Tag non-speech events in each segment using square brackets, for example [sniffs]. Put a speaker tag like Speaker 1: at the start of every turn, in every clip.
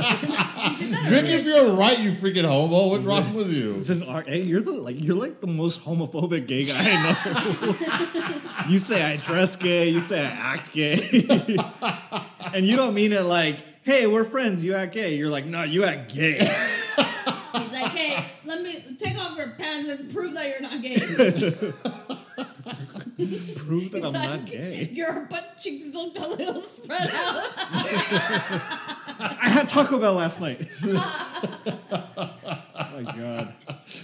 Speaker 1: Drink if you're right, you freaking homo. What's wrong with you?
Speaker 2: It's an art. Hey, you're the like you're like the most homophobic gay guy I know. you say I dress gay, you say I act gay, and you don't mean it like, hey, we're friends. You act gay. You're like, no, you act gay.
Speaker 3: He's like, hey, let me take off your pants and prove that you're not
Speaker 2: [laughs]
Speaker 3: gay.
Speaker 2: Prove that
Speaker 3: He's
Speaker 2: I'm not
Speaker 3: like,
Speaker 2: gay.
Speaker 3: Your butt cheeks looked a little
Speaker 2: [laughs]
Speaker 3: spread out. [laughs]
Speaker 2: I had Taco Bell last night. oh my god.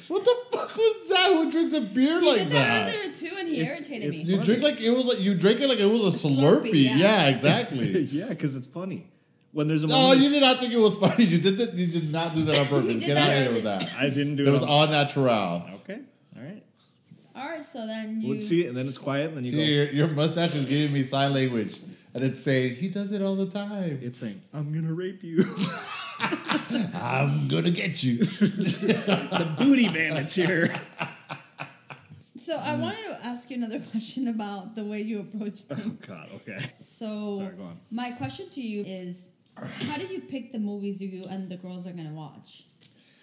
Speaker 1: What the fuck was that? Who drinks a beer
Speaker 3: He
Speaker 1: like
Speaker 3: did that
Speaker 1: that?
Speaker 3: earlier too, and he
Speaker 2: It's-
Speaker 3: irritated
Speaker 2: it's
Speaker 3: me.
Speaker 1: You drink like it was like you drink it like it was a
Speaker 3: A
Speaker 1: Slurpee.
Speaker 3: Slurpee,
Speaker 1: yeah.
Speaker 3: yeah.
Speaker 2: [laughs]
Speaker 1: exactly.
Speaker 2: yeah, because it's funny when there's a
Speaker 1: no,
Speaker 2: moment.
Speaker 1: you did not think it was funny. You did that. You did not do that on purpose.
Speaker 3: did
Speaker 1: Get out of
Speaker 3: that.
Speaker 1: here with that.
Speaker 2: I didn't do
Speaker 1: It
Speaker 2: it.
Speaker 1: was
Speaker 2: on-
Speaker 1: all natural.
Speaker 2: okay. All right.
Speaker 3: All right, so then you.
Speaker 2: Let's see it, and then it's quiet, and then you
Speaker 1: See,
Speaker 2: go.
Speaker 1: your, your mustache is giving me sign language, and it's saying he does it all the time.
Speaker 2: It's saying, "I'm gonna rape you."
Speaker 1: I'm gonna get you.
Speaker 2: the booty bandits here.
Speaker 3: So I wanted to ask you another [laughs] question about the way you approach things.
Speaker 2: Oh God. Mm. Okay.
Speaker 3: So
Speaker 2: Sorry, go on.
Speaker 3: my question to you is, how do you pick the movies you and the girls are gonna watch?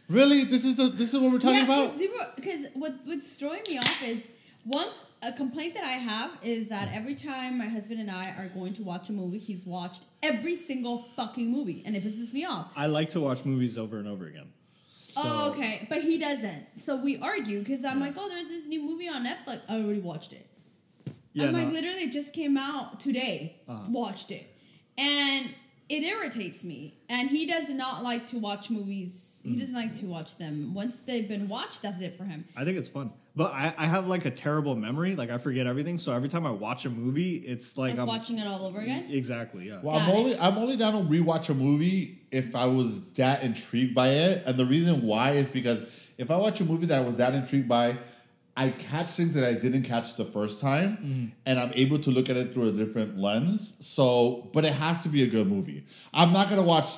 Speaker 1: really? This is the this is what we're talking about.
Speaker 3: Because what what's throwing me off is one a complaint that I have is that every time my husband and I are going to watch a movie, he's watched every single fucking movie, and it pisses me off.
Speaker 2: I like to watch movies over and over again.
Speaker 3: Oh,
Speaker 2: So-
Speaker 3: okay. But he doesn't. So we argue because I'm like, oh, there's this new movie on Netflix. I already watched it.
Speaker 2: Yeah.
Speaker 3: I'm like,
Speaker 2: no,
Speaker 3: literally, it just came out today.
Speaker 2: Uh-huh.
Speaker 3: Watched it. And it irritates me. And he does not like to watch movies.
Speaker 2: Mm.
Speaker 3: He doesn't like to watch them. Once they've been watched, that's it for him.
Speaker 2: I think it's fun, but I, I have like a terrible memory. Like I forget everything. So every time I watch a movie, it's like
Speaker 3: Like,
Speaker 2: I'm
Speaker 3: watching it all over again.
Speaker 2: exactly yeah.
Speaker 1: Well, I'm
Speaker 3: Got it.
Speaker 1: only I'm only down to rewatch a movie if I was that intrigued by it, and the reason why is because if I watch a movie that I was that intrigued by, I catch things that I didn't catch the first time, and I'm able to look at it through a different lens. So, but it has to be a good movie. I'm not gonna watch,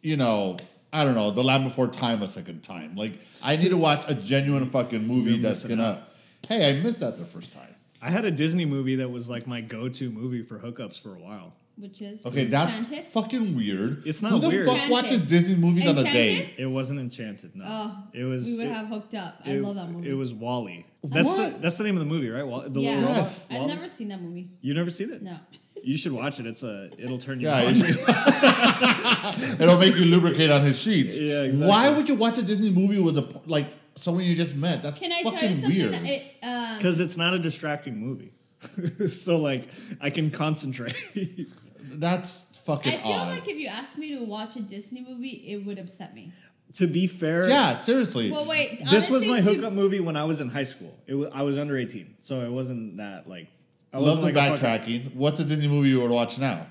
Speaker 1: you know. I don't know, The Land Before Time a second time. Like, I need to watch a genuine fucking movie
Speaker 2: You're
Speaker 1: that's
Speaker 2: missing
Speaker 1: gonna, hey, I missed that the first time.
Speaker 2: I had a Disney movie that was like my go-to movie for hookups for a while.
Speaker 3: Which is
Speaker 1: Okay, that's
Speaker 3: Enchanted.
Speaker 1: fucking weird.
Speaker 2: It's not
Speaker 1: Who the
Speaker 2: weird.
Speaker 1: fuck watches
Speaker 3: Enchanted.
Speaker 1: Disney movies on a
Speaker 3: Enchanted?
Speaker 1: day?
Speaker 2: It wasn't Enchanted. No,
Speaker 3: Oh,
Speaker 2: it was.
Speaker 3: we would
Speaker 2: it,
Speaker 3: have hooked up. I
Speaker 2: it-
Speaker 3: love that movie.
Speaker 2: It was Wally. That's the,
Speaker 1: What?
Speaker 2: that's the name of the movie, right? Wall, the
Speaker 3: yeah.
Speaker 2: little robot.
Speaker 1: Yes.
Speaker 3: I've
Speaker 2: Wall-
Speaker 3: never seen that movie.
Speaker 2: You never seen it?
Speaker 1: [laughs]
Speaker 3: No.
Speaker 2: You should watch it. It's a. It'll turn you
Speaker 1: Yeah,
Speaker 2: on.
Speaker 1: you should- [laughs] it'll make you lubricate on his sheets.
Speaker 2: Yeah, exactly.
Speaker 1: Why would you watch a Disney movie with a p- like someone you just met? That's
Speaker 3: Can I
Speaker 1: fucking
Speaker 3: tell you something?
Speaker 1: weird.
Speaker 3: That it, um,
Speaker 2: because it's not a distracting movie. [laughs] so like I can concentrate. [laughs]
Speaker 1: That's fucking
Speaker 3: I feel
Speaker 1: odd.
Speaker 3: like if you asked me to watch a Disney movie, it would upset me.
Speaker 2: to be fair,
Speaker 1: yeah, seriously.
Speaker 3: Well, wait.
Speaker 2: this was
Speaker 3: honestly,
Speaker 2: my
Speaker 3: to-
Speaker 2: hookup movie when I was in high school. It wa- I was under eighteen, so it wasn't that like I
Speaker 1: Love
Speaker 2: wasn't
Speaker 1: the
Speaker 2: like a, fucking-
Speaker 1: backtracking. What's a Disney movie you would watch now?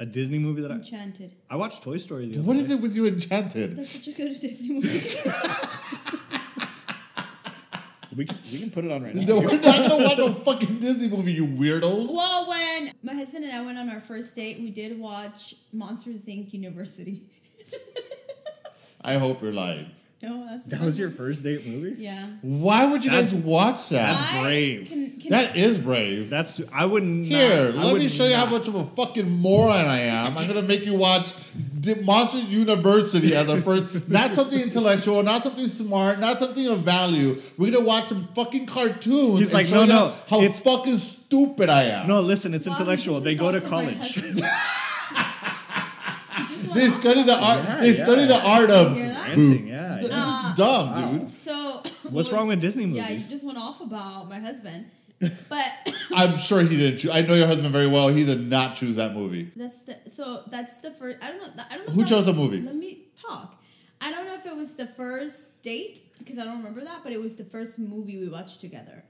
Speaker 2: a Disney movie that I
Speaker 3: Enchanted.
Speaker 2: I watched Toy Story. The other
Speaker 1: What
Speaker 2: day.
Speaker 1: is it with you, Enchanted?
Speaker 3: That's such a good [laughs] Disney
Speaker 1: [laughs]
Speaker 3: movie.
Speaker 2: We can, we can put it on right now.
Speaker 1: [laughs] No, we're not gonna watch a fucking Disney movie, you weirdos.
Speaker 3: well, when my husband and I went on our first date, we did watch Monsters Inc. University. [laughs]
Speaker 1: I hope you're lying.
Speaker 3: No, that's
Speaker 2: That
Speaker 3: not-
Speaker 2: was your first date movie.
Speaker 3: [laughs] Yeah.
Speaker 1: Why would you guys
Speaker 2: That's-
Speaker 1: watch
Speaker 2: that's-
Speaker 1: that?
Speaker 3: I
Speaker 2: brave.
Speaker 3: Can, can
Speaker 1: That is brave.
Speaker 2: That's I wouldn't.
Speaker 1: Here, let me show you how much of a fucking moron I am. I'm gonna make you watch D- Monsters University as our first. Not something intellectual, not something smart, not something of value. We're gonna watch some fucking cartoons.
Speaker 2: He's
Speaker 1: and
Speaker 2: like,
Speaker 1: show
Speaker 2: no,
Speaker 1: you
Speaker 2: no,
Speaker 1: How
Speaker 2: it's-
Speaker 1: fucking stupid I am.
Speaker 2: No, listen, it's
Speaker 3: Wow, you
Speaker 2: intellectual.
Speaker 3: just
Speaker 2: They go to
Speaker 3: insulted my
Speaker 2: college. [laughs]
Speaker 3: husband. [laughs] You just went
Speaker 1: They
Speaker 3: off
Speaker 1: study the art.
Speaker 2: Yeah,
Speaker 1: they study
Speaker 2: yeah.
Speaker 1: the art of.
Speaker 3: Hear that?
Speaker 2: Dancing, yeah.
Speaker 1: This
Speaker 2: yeah.
Speaker 1: is dumb, dude. [coughs]
Speaker 3: So
Speaker 2: What's wrong with Disney
Speaker 3: Yeah, you
Speaker 2: movies?
Speaker 3: just went off about my
Speaker 1: [laughs]
Speaker 3: husband, but [coughs]
Speaker 1: I'm sure he didn't. Choose. I know your husband very well. He did not choose that movie.
Speaker 3: that's the so that's the first. I don't know. I don't know.
Speaker 1: Who
Speaker 3: if that
Speaker 1: chose
Speaker 3: was-
Speaker 1: the movie?
Speaker 3: Let me talk. I don't know if it was the first date because I don't remember that, but it was the first movie we watched together.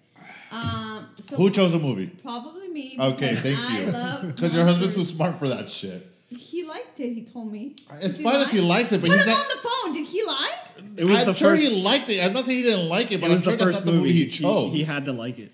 Speaker 3: Um, so
Speaker 1: Who chose the movie?
Speaker 3: Probably me.
Speaker 1: Okay,
Speaker 3: because
Speaker 1: thank
Speaker 3: I
Speaker 1: you.
Speaker 3: love
Speaker 1: [laughs] Because your husband's too
Speaker 3: monsters.
Speaker 1: smart for that shit.
Speaker 3: He liked it. He told me.
Speaker 1: It's
Speaker 3: Did
Speaker 1: fine if
Speaker 3: lie?
Speaker 1: he likes it, but
Speaker 3: Put
Speaker 1: he's
Speaker 3: him
Speaker 1: not.
Speaker 3: on the phone. Did he lie?
Speaker 2: It was
Speaker 1: I'm
Speaker 2: the
Speaker 1: sure
Speaker 2: first.
Speaker 1: he liked it. I'm not saying he didn't like it, but
Speaker 2: it was
Speaker 1: I'm sure
Speaker 2: the first
Speaker 1: that's not the movie he chose.
Speaker 2: He, he had to like it.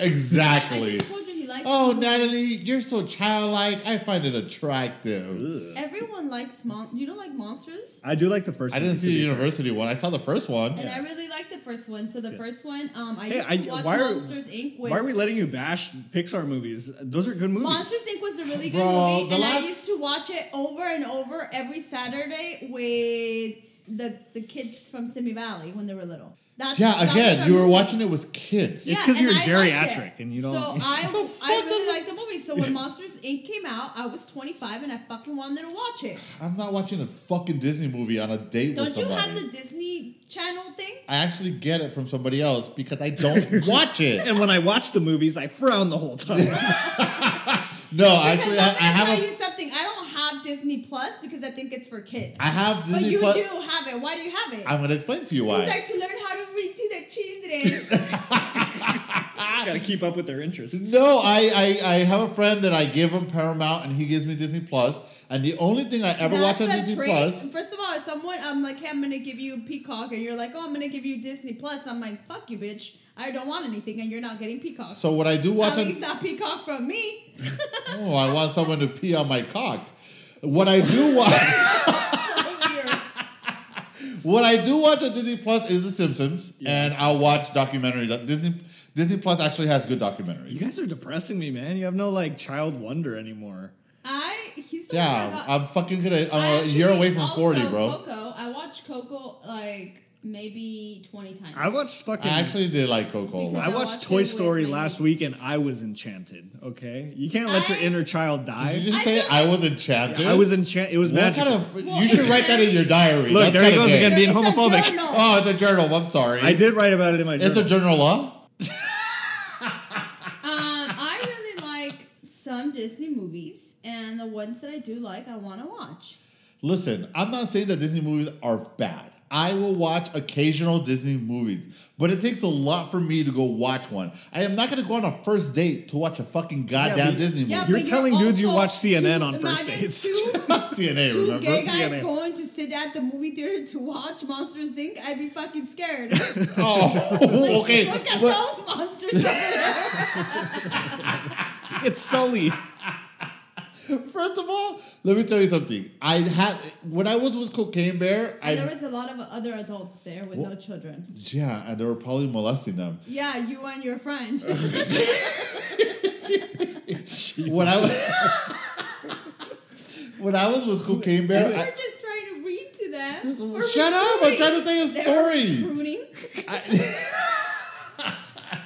Speaker 3: I
Speaker 1: exactly.
Speaker 3: just told you he likes.
Speaker 1: Oh,
Speaker 3: it.
Speaker 1: Natalie, you're so childlike. I find it attractive.
Speaker 3: Everyone likes mon. You don't like monsters,
Speaker 2: I do like the first.
Speaker 1: I didn't
Speaker 2: movie,
Speaker 1: see the
Speaker 2: to be fair.
Speaker 1: university one. I saw the first one.
Speaker 3: and I really like the first one. So the first one, um, I
Speaker 2: Hey,
Speaker 3: used
Speaker 2: I-
Speaker 3: to watch
Speaker 2: why are-
Speaker 3: Monsters Inc. with
Speaker 2: Why are we letting you bash Pixar movies? Those are good movies.
Speaker 3: Monsters Inc. was a really good
Speaker 1: Bro,
Speaker 3: movie,
Speaker 1: the
Speaker 3: and
Speaker 1: last-
Speaker 3: I used to watch it over and over every Saturday with the the kids from Simi Valley when they were little. That's, that
Speaker 1: Yeah,
Speaker 3: was
Speaker 1: again,
Speaker 3: our
Speaker 1: you were
Speaker 3: movie.
Speaker 1: watching it with kids.
Speaker 3: Yeah,
Speaker 2: 'cause
Speaker 3: and
Speaker 2: you're
Speaker 3: I liked it.
Speaker 2: geriatric and you
Speaker 3: So
Speaker 2: don't-
Speaker 3: I,
Speaker 1: [laughs] What the
Speaker 3: I
Speaker 1: fuck
Speaker 3: really
Speaker 1: does-
Speaker 3: liked the movie. So
Speaker 1: [laughs]
Speaker 3: when Monsters Inc. came out, I was 25 and I fucking wanted to watch it.
Speaker 1: I'm not watching a fucking Disney movie on a date with
Speaker 3: Don't you
Speaker 1: somebody.
Speaker 3: have the Disney Channel thing?
Speaker 1: I actually get it from somebody else because I
Speaker 2: [laughs]
Speaker 1: don't watch it.
Speaker 2: and when I watch the movies, I frown the
Speaker 1: [laughs]
Speaker 2: whole time.
Speaker 1: No,
Speaker 3: Because
Speaker 1: actually, I, I
Speaker 3: let me tell
Speaker 1: have
Speaker 3: you
Speaker 1: a,
Speaker 3: something. I don't have Disney Plus because I think it's for kids.
Speaker 1: I have
Speaker 3: but
Speaker 1: Disney
Speaker 3: you
Speaker 1: Plus.
Speaker 3: do have it. Why do you have it?
Speaker 1: I'm gonna explain to you
Speaker 3: It's
Speaker 1: why.
Speaker 3: like to learn how to read to the children.
Speaker 1: [laughs]
Speaker 2: Gotta keep up with their interests.
Speaker 1: No, I, I I have a friend that I give him Paramount and he gives me Disney Plus, and the only thing I ever watch on
Speaker 3: the
Speaker 1: Disney
Speaker 3: trick.
Speaker 1: Plus.
Speaker 3: First of all, if someone I'm like, hey, I'm gonna give you Peacock, and you're like, oh, I'm gonna give you Disney Plus. I'm like, fuck you, bitch. I don't want anything, and you're not getting Peacock.
Speaker 1: So what I do watch
Speaker 3: At
Speaker 1: on
Speaker 3: least not Peacock from me.
Speaker 1: [laughs] oh, I want someone to pee on my cock. What I do watch, [laughs] what I do watch on Disney Plus is The Simpsons, and I'll watch documentaries. Disney Disney Plus actually has good
Speaker 2: You
Speaker 1: documentaries.
Speaker 2: guys are depressing me, man. You have no like child wonder anymore.
Speaker 3: I he's the one
Speaker 1: Yeah,
Speaker 3: that got-
Speaker 1: I'm fucking gonna.
Speaker 3: I
Speaker 1: I'm a year
Speaker 3: actually
Speaker 1: away from
Speaker 3: also
Speaker 1: forty, bro.
Speaker 3: Coco, I watched Coco like maybe twenty times.
Speaker 2: I watched fucking.
Speaker 1: I actually did like Coco a
Speaker 3: Because
Speaker 1: lot.
Speaker 2: I
Speaker 3: I
Speaker 2: watched
Speaker 3: watched
Speaker 2: Toy
Speaker 3: it with
Speaker 2: Story
Speaker 3: my
Speaker 2: last
Speaker 3: niece.
Speaker 2: week and I was enchanted. Okay, you can't let your
Speaker 3: I-
Speaker 2: inner child die.
Speaker 1: Did you just
Speaker 3: I
Speaker 1: say
Speaker 3: feel
Speaker 1: I was enchanted?
Speaker 2: I was enchanted. It was
Speaker 1: What
Speaker 2: magical.
Speaker 1: kind of?
Speaker 3: Well,
Speaker 1: you should write that in your diary. That's
Speaker 2: Look, there he
Speaker 1: kinda
Speaker 2: goes
Speaker 1: gay.
Speaker 2: again. being
Speaker 3: It's a
Speaker 2: homophobic.
Speaker 1: [laughs]
Speaker 3: journal.
Speaker 1: Oh, it's a journal. I'm sorry.
Speaker 2: I did write about it in my.
Speaker 1: It's a
Speaker 2: journal.
Speaker 1: journal law.
Speaker 3: Um, I really like some Disney movies, and the ones that I do like, I want to watch.
Speaker 1: Listen, I'm not saying that Disney movies are bad. I will watch occasional Disney movies, but it takes a lot for me to go watch one. I am not going to go on a first date to watch a fucking goddamn
Speaker 2: but-
Speaker 1: Disney
Speaker 3: Yeah,
Speaker 1: movie.
Speaker 2: You're
Speaker 3: but
Speaker 2: telling dudes you
Speaker 3: also
Speaker 2: watch CNN
Speaker 3: two-
Speaker 2: on first
Speaker 3: imagine
Speaker 1: [laughs]
Speaker 2: dates.
Speaker 3: Two,
Speaker 1: CNA,
Speaker 3: two
Speaker 1: remember?
Speaker 3: gay guys
Speaker 2: CNN.
Speaker 3: going to sit at the movie theater to watch Monsters Inc. I'd be fucking
Speaker 1: [laughs]
Speaker 3: scared. [laughs]
Speaker 1: Oh, okay.
Speaker 3: Look at
Speaker 1: But
Speaker 3: those monsters over there.
Speaker 2: It's Sully.
Speaker 1: first of all, let me tell you something. I had when I was with Cocaine Bear, [laughs] I
Speaker 3: And there was a lot of other adults there with no children.
Speaker 1: yeah, and they were probably molesting them.
Speaker 3: Yeah, you and your
Speaker 1: [laughs]
Speaker 3: friend.
Speaker 1: when I was [laughs] when I was with Cocaine Bear,
Speaker 3: We're
Speaker 1: I,
Speaker 3: just trying to read to them.
Speaker 1: Just-
Speaker 3: We're
Speaker 1: shut up, I'm trying to say a
Speaker 3: They're
Speaker 1: story.
Speaker 3: Pruning. [laughs]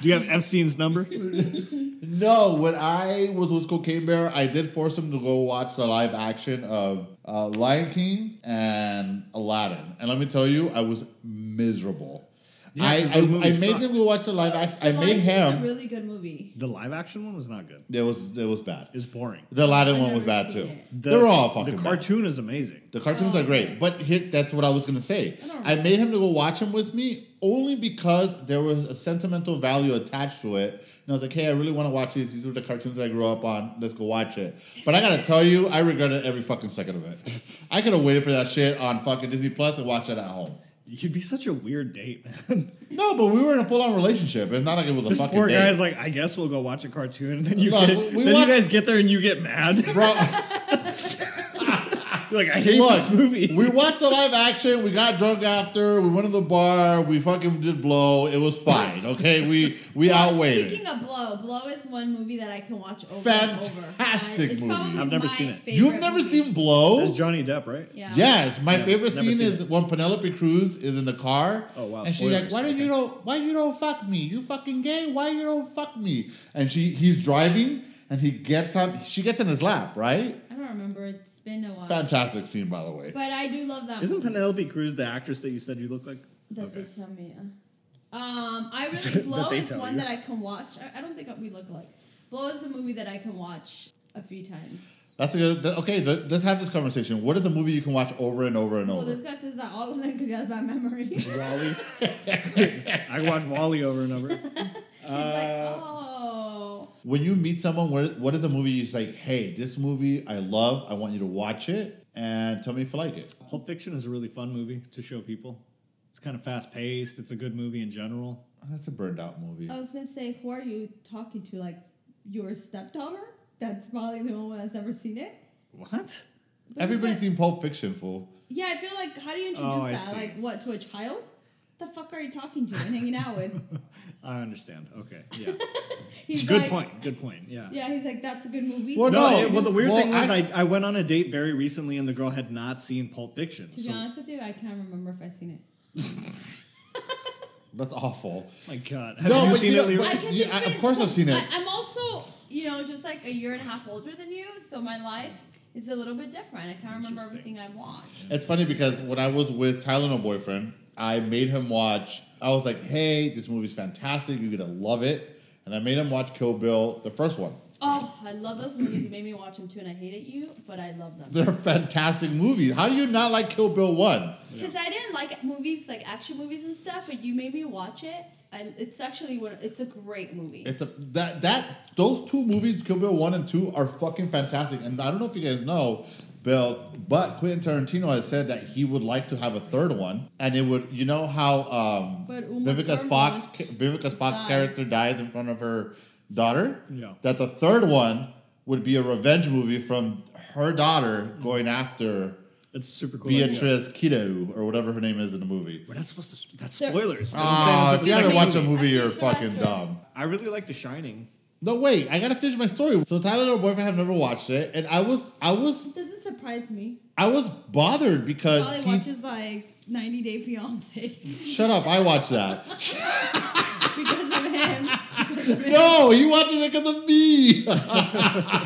Speaker 2: Do you have Epstein's number?
Speaker 1: no, when I was with Cocaine Bear, I did force him to go watch the live action of uh, Lion King and Aladdin, and let me tell you, I was miserable.
Speaker 2: Yeah,
Speaker 1: I
Speaker 2: 'cause
Speaker 1: I,
Speaker 2: those
Speaker 1: I
Speaker 2: movies
Speaker 1: made
Speaker 2: sucked.
Speaker 1: him go watch the live action. I
Speaker 3: Lion
Speaker 1: made
Speaker 3: King's
Speaker 1: him.
Speaker 3: a really good movie.
Speaker 2: The live action one was not good.
Speaker 1: It was it was bad.
Speaker 2: It's boring.
Speaker 1: The Aladdin
Speaker 3: I've
Speaker 1: one was
Speaker 3: never
Speaker 1: bad
Speaker 3: seen
Speaker 1: too.
Speaker 3: it.
Speaker 1: they were all fucking
Speaker 2: The
Speaker 1: bad.
Speaker 2: cartoon is amazing.
Speaker 1: The cartoons
Speaker 3: Oh,
Speaker 1: are great,
Speaker 3: okay.
Speaker 1: but here, that's what I was gonna say.
Speaker 3: I don't
Speaker 1: I, made him to go watch him with me only because there was a sentimental value attached to it. And I was like, hey, I really want to watch these. These are the cartoons I grew up on. Let's go watch it. But I gotta tell you, I regretted every fucking second of
Speaker 3: [laughs]
Speaker 1: it. I could have waited for that shit on fucking Disney Plus and watched it at home.
Speaker 2: You'd be such a weird date, man.
Speaker 1: No, but we were in a full on relationship. It's not like it was a
Speaker 2: This
Speaker 1: fucking
Speaker 2: poor
Speaker 1: date.
Speaker 2: guy's like, I guess we'll go watch a cartoon, and then you
Speaker 1: Look,
Speaker 2: get,
Speaker 1: we- we
Speaker 2: then
Speaker 1: watch-
Speaker 2: you guys get there and you get mad.
Speaker 1: [laughs] Bro,
Speaker 2: You're like, I [laughs] hate
Speaker 1: Look,
Speaker 2: this movie.
Speaker 1: we watched the live action. We got drunk after. We went to the bar. We fucking did blow. It was fine. Okay, we we
Speaker 3: Well,
Speaker 1: outweighed. it.
Speaker 3: Speaking of Blow, Blow is one movie that I can watch over and over.
Speaker 1: Fantastic
Speaker 3: And it's
Speaker 1: movie.
Speaker 3: probably
Speaker 2: I've never
Speaker 3: my
Speaker 2: seen it.
Speaker 3: favorite
Speaker 1: You've never
Speaker 3: movie.
Speaker 1: seen Blow?
Speaker 2: That's Johnny Depp, right?
Speaker 3: Yeah.
Speaker 1: Yes, my
Speaker 2: Never-
Speaker 1: favorite
Speaker 2: never
Speaker 1: scene
Speaker 2: seen
Speaker 1: is
Speaker 2: it.
Speaker 1: when Penelope Cruz is in the car.
Speaker 2: Oh, wow,
Speaker 1: And she's like,
Speaker 2: spoilers.
Speaker 1: "Why don't
Speaker 2: Okay.
Speaker 1: you don't? Why you don't fuck me? You fucking gay? Why you don't fuck me?" And she he's driving and he gets on. She gets in his lap, right?
Speaker 3: I don't remember. It's been a while.
Speaker 1: Fantastic scene, by the way.
Speaker 3: But I do love that.
Speaker 2: Isn't
Speaker 3: movie
Speaker 2: Penelope Cruz the actress that you said you look like?
Speaker 3: that
Speaker 2: Okay.
Speaker 3: they tell me? uh, Um,
Speaker 2: [laughs]
Speaker 3: I really Blow
Speaker 2: they
Speaker 3: is
Speaker 2: tell
Speaker 3: one
Speaker 2: you.
Speaker 3: that I can watch. I, I don't think we look alike. Blow is a movie that I can watch a few times.
Speaker 1: That's a good. that- okay, th- let's have this conversation. What is a movie you can watch over and over and
Speaker 3: Well,
Speaker 1: over?
Speaker 3: this guy says that all of them because he has bad memory. [laughs] He's
Speaker 2: Wally. [laughs] I watch Wally over and over.
Speaker 3: like,
Speaker 1: Uh,
Speaker 3: oh.
Speaker 1: When you meet someone, what, what is a movie you say, "Hey, this movie I love. I want you to watch it and tell me if you like it."
Speaker 2: Pulp Fiction is a really fun movie to show people. It's kind of fast paced. It's a good movie in general.
Speaker 1: That's a burned out movie.
Speaker 3: I was gonna say, who are you talking to? Like your stepdaughter? That's probably the only one that's ever seen it.
Speaker 2: What?
Speaker 3: But it's
Speaker 1: Everybody's
Speaker 3: like-
Speaker 1: seen Pulp Fiction, fool.
Speaker 3: Yeah, I feel like how do you introduce
Speaker 2: Oh, I
Speaker 3: that?
Speaker 2: see.
Speaker 3: Like what to a child? the fuck are you talking to and hanging out
Speaker 2: [laughs]
Speaker 3: with?
Speaker 2: I understand. Okay. Yeah.
Speaker 3: [laughs] He's
Speaker 2: good
Speaker 3: like,
Speaker 2: point. Good point. Yeah.
Speaker 3: Yeah, he's like, that's a good movie.
Speaker 1: Well,
Speaker 2: No,
Speaker 1: No,
Speaker 2: it- well, the weird
Speaker 1: well,
Speaker 2: thing was, I,
Speaker 1: I-
Speaker 2: I went on a date very recently, and the girl had not seen Pulp Fiction.
Speaker 3: To be
Speaker 2: so-
Speaker 3: honest with you, I can't remember if I've seen it.
Speaker 1: That's awful.
Speaker 2: my God, have
Speaker 1: No,
Speaker 2: you
Speaker 1: but
Speaker 2: seen
Speaker 1: you
Speaker 2: it?
Speaker 1: know-
Speaker 2: Leroy?
Speaker 1: but-
Speaker 3: I guess
Speaker 1: yeah,
Speaker 3: it's
Speaker 1: I- of
Speaker 3: been-
Speaker 1: course I've seen it.
Speaker 3: I, I'm also, you know, just like a year and a half older than you, so my life is a little bit different. I can't remember
Speaker 2: Interesting.
Speaker 3: everything I watched.
Speaker 1: It's funny because when I was with Tyler, no boyfriend, I made him watch. I was like, "Hey, this movie's fantastic. You're gonna love it." And I made him watch Kill Bill, the first one. [laughs]
Speaker 3: Oh, I love those movies. You made me watch them too, and I hated you, but I love them.
Speaker 1: They're fantastic movies. How do you not like Kill Bill one?
Speaker 3: Because I didn't like movies, like action movies and stuff, but you made me watch it, and it's actually one. It's a great movie.
Speaker 1: It's a that that those two movies, Kill Bill one and two, are fucking fantastic. And I don't know if you guys know, Bill, but Quentin Tarantino has said that he would like to have a third one, and it would. You know how um,
Speaker 3: But Uma
Speaker 1: Vivica
Speaker 3: Thurman
Speaker 1: Fox
Speaker 3: wants to
Speaker 1: Vivica Fox's
Speaker 3: die.
Speaker 1: character dies in front of her daughter.
Speaker 2: Yeah.
Speaker 1: That the third one would be a revenge movie from her daughter going after
Speaker 2: It's a super cool. idea.
Speaker 1: Beatrice Kiddo or whatever her name is in the movie.
Speaker 2: We're not supposed to. Sp- that's
Speaker 3: There-
Speaker 2: spoilers.
Speaker 1: Ah,
Speaker 2: That's
Speaker 1: if
Speaker 2: the
Speaker 1: you
Speaker 2: second
Speaker 1: haven't watched a
Speaker 2: movie.
Speaker 1: movie, you're
Speaker 3: It's the last
Speaker 1: fucking
Speaker 3: one.
Speaker 1: dumb.
Speaker 2: I really like The Shining.
Speaker 1: No, wait. I gotta finish my story. So Tyler, and her boyfriend, have never watched it, and I was, I was,
Speaker 3: it doesn't surprise me.
Speaker 1: I was bothered because
Speaker 3: Probably
Speaker 1: he.
Speaker 3: watches like 90 Day Fiance
Speaker 1: Shut up! I watched that.
Speaker 3: [laughs] because of him.
Speaker 1: no, he watches it because of me. [laughs]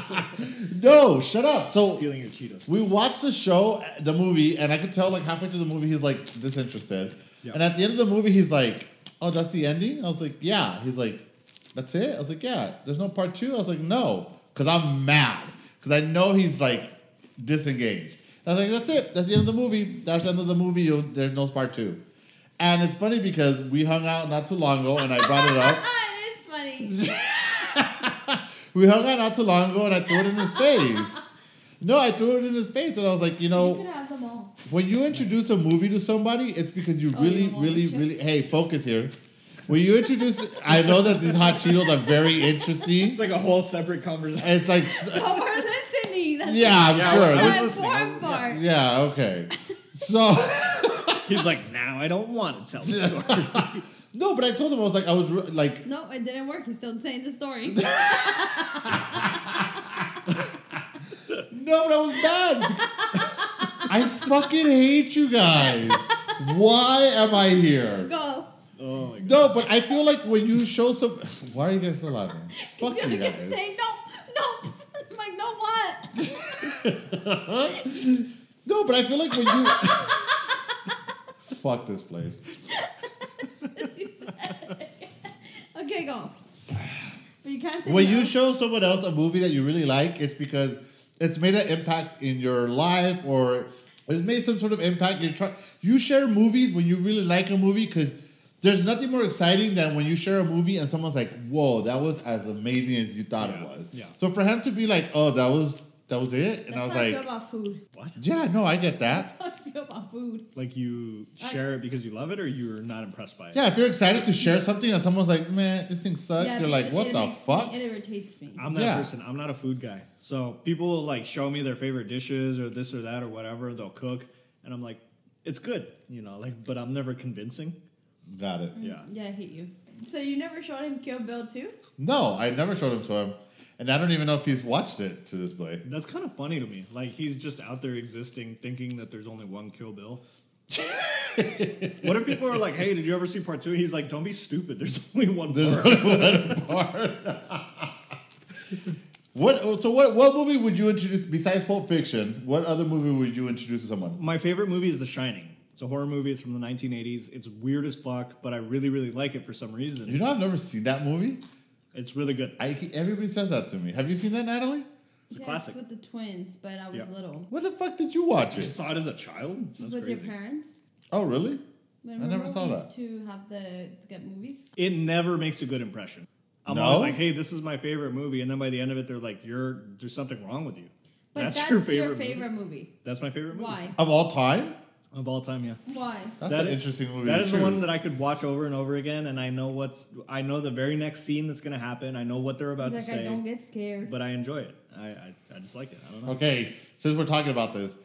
Speaker 1: no, shut up. So
Speaker 2: Stealing your Cheetos.
Speaker 1: we watched the show, the movie, and I could tell like halfway through the movie he's like disinterested,
Speaker 2: Yeah.
Speaker 1: and at the end of the movie he's like, "Oh, that's the ending." I was like, "Yeah." He's like, "That's it." I was like, "Yeah." There's no part two. I was like, "No," because I'm mad because I know he's like disengaged. I was like, "That's it. That's the end of the movie. That's the end of the movie. You'll, there's no part two. And it's funny because we hung out not too long ago, and I brought it up.
Speaker 3: [laughs] it's funny.
Speaker 1: We hung out not too long ago, and I threw it in his face. No, I threw it in his face, and I was like, you know,
Speaker 3: You could have them all.
Speaker 1: when you introduce a movie to somebody, it's because you
Speaker 3: Oh,
Speaker 1: really,
Speaker 3: you want
Speaker 1: really,
Speaker 3: chips?
Speaker 1: really. Hey, focus here. When you introduce, I know that these hot Cheetos are very interesting.
Speaker 2: It's like a whole separate conversation.
Speaker 1: It's like,
Speaker 3: Oh,
Speaker 1: [laughs]
Speaker 3: we're listening. That's
Speaker 1: yeah, I'm
Speaker 2: Yeah,
Speaker 1: sure.
Speaker 2: I was
Speaker 3: That
Speaker 2: listening. I was-
Speaker 3: fourth part.
Speaker 1: yeah, okay. So
Speaker 2: He's like, now I don't want to tell the story. [laughs]
Speaker 1: no, but I told him I was like, I was re- like,
Speaker 3: No, it didn't work. He's still saying the
Speaker 1: [laughs]
Speaker 3: story.
Speaker 1: no, but I was mad. [laughs] I fucking hate you guys. Why am I here?
Speaker 3: Go.
Speaker 2: Oh my God.
Speaker 1: No, but I feel like when you show some, why are you guys still laughing? Fuck
Speaker 3: He's
Speaker 1: you
Speaker 3: kept
Speaker 1: guys.
Speaker 3: saying no, no. I'm [laughs] like no, what?
Speaker 1: No, but I feel like when you fuck this place.
Speaker 3: Okay, go. But you can't say
Speaker 1: When
Speaker 3: no.
Speaker 1: you show someone else a movie that you really like, it's because it's made an impact in your life or it's made some sort of impact. You try you share movies when you really like a movie because there's nothing more exciting than when you share a movie and someone's like, "Whoa, that was as amazing as you thought
Speaker 2: Yeah,
Speaker 1: it was."
Speaker 2: yeah.
Speaker 1: So for him to be like, "Oh, that was that was it," and
Speaker 3: That's
Speaker 1: I was
Speaker 3: how I feel
Speaker 1: like,
Speaker 3: about food.
Speaker 2: What?
Speaker 1: "Yeah, no, I get that."
Speaker 3: That's how I feel about food.
Speaker 2: Like you share it because you love it, or you're not impressed by it.
Speaker 1: Yeah, if you're excited to share something and someone's like, "Man, this thing sucks,"
Speaker 3: Yeah,
Speaker 1: you're
Speaker 3: it-
Speaker 1: like, "What
Speaker 3: it
Speaker 1: the
Speaker 3: makes
Speaker 1: fuck?"
Speaker 3: Me, it irritates me.
Speaker 2: I'm that
Speaker 1: Yeah.
Speaker 2: person. I'm not a food guy. So people like show me their favorite dishes or this or that or whatever they'll cook, and I'm like, it's good, you know. Like, but I'm never convincing.
Speaker 1: Got it.
Speaker 2: Yeah.
Speaker 3: Yeah, I hate you. So you never showed him Kill Bill too?
Speaker 1: No, I never showed him to him, and I don't even know if he's watched it to this play.
Speaker 2: That's kind of funny to me. Like he's just out there existing, thinking that there's only one
Speaker 1: [laughs]
Speaker 2: Kill Bill. what if people are like, "Hey, did you ever see part two? He's like, "Don't be stupid. There's [laughs] only one part."
Speaker 1: What? oh, So what? What movie would you introduce besides Pulp Fiction? What other movie would you introduce to someone?
Speaker 2: My favorite movie is The Shining. It's a horror movie. It's from the 1980s. It's weird as fuck, but I really, really like it for some reason.
Speaker 1: You know, I've never seen that movie.
Speaker 2: it's really good.
Speaker 1: I everybody says that to me. Have you seen that, Natalie?
Speaker 2: It's a
Speaker 3: yes,
Speaker 2: classic.
Speaker 3: with the twins, but I was
Speaker 2: Yeah.
Speaker 3: little.
Speaker 1: What the fuck did you watch
Speaker 2: You
Speaker 1: it?
Speaker 2: saw it as a child? That's
Speaker 3: with
Speaker 2: crazy.
Speaker 3: your parents.
Speaker 1: Oh, really?
Speaker 3: When
Speaker 1: I
Speaker 3: we
Speaker 1: never
Speaker 3: were
Speaker 1: saw
Speaker 3: used
Speaker 1: that.
Speaker 3: To have the to get movies.
Speaker 2: It never makes a good impression. I'm
Speaker 1: No?
Speaker 2: always like, hey, this is my favorite movie. And then by the end of it, they're like, you're there's something wrong with you.
Speaker 3: But that's, your favorite, movie.
Speaker 2: Movie. That's my favorite movie.
Speaker 3: Why?
Speaker 1: Of all time?
Speaker 2: Of all time, yeah.
Speaker 3: Why?
Speaker 1: That's
Speaker 2: That
Speaker 1: an
Speaker 2: is-
Speaker 1: interesting movie.
Speaker 2: That
Speaker 1: to
Speaker 2: is the
Speaker 1: choose.
Speaker 2: one that I could watch over and over again, and I know what's I know the very next scene that's gonna happen. I know what they're about
Speaker 3: He's like
Speaker 2: to
Speaker 3: I
Speaker 2: say,
Speaker 3: don't get scared.
Speaker 2: but I enjoy it. I, I I just like it. I don't know.
Speaker 1: Okay, since we're talking about this,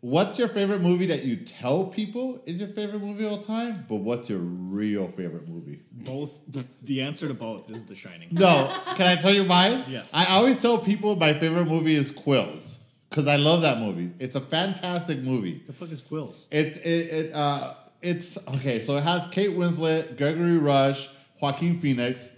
Speaker 1: What's your favorite movie that you tell people is your favorite movie of all time? But what's your real favorite movie?
Speaker 2: Both. The answer to both is The Shining.
Speaker 1: No, can I tell you mine?
Speaker 2: Yes.
Speaker 1: I always tell people my favorite movie is Quills because I love that movie. It's a fantastic movie.
Speaker 2: The fuck is Quills?
Speaker 1: It's it, it uh it's okay. So it has Kate Winslet, Gregory Rush, Joaquin Phoenix.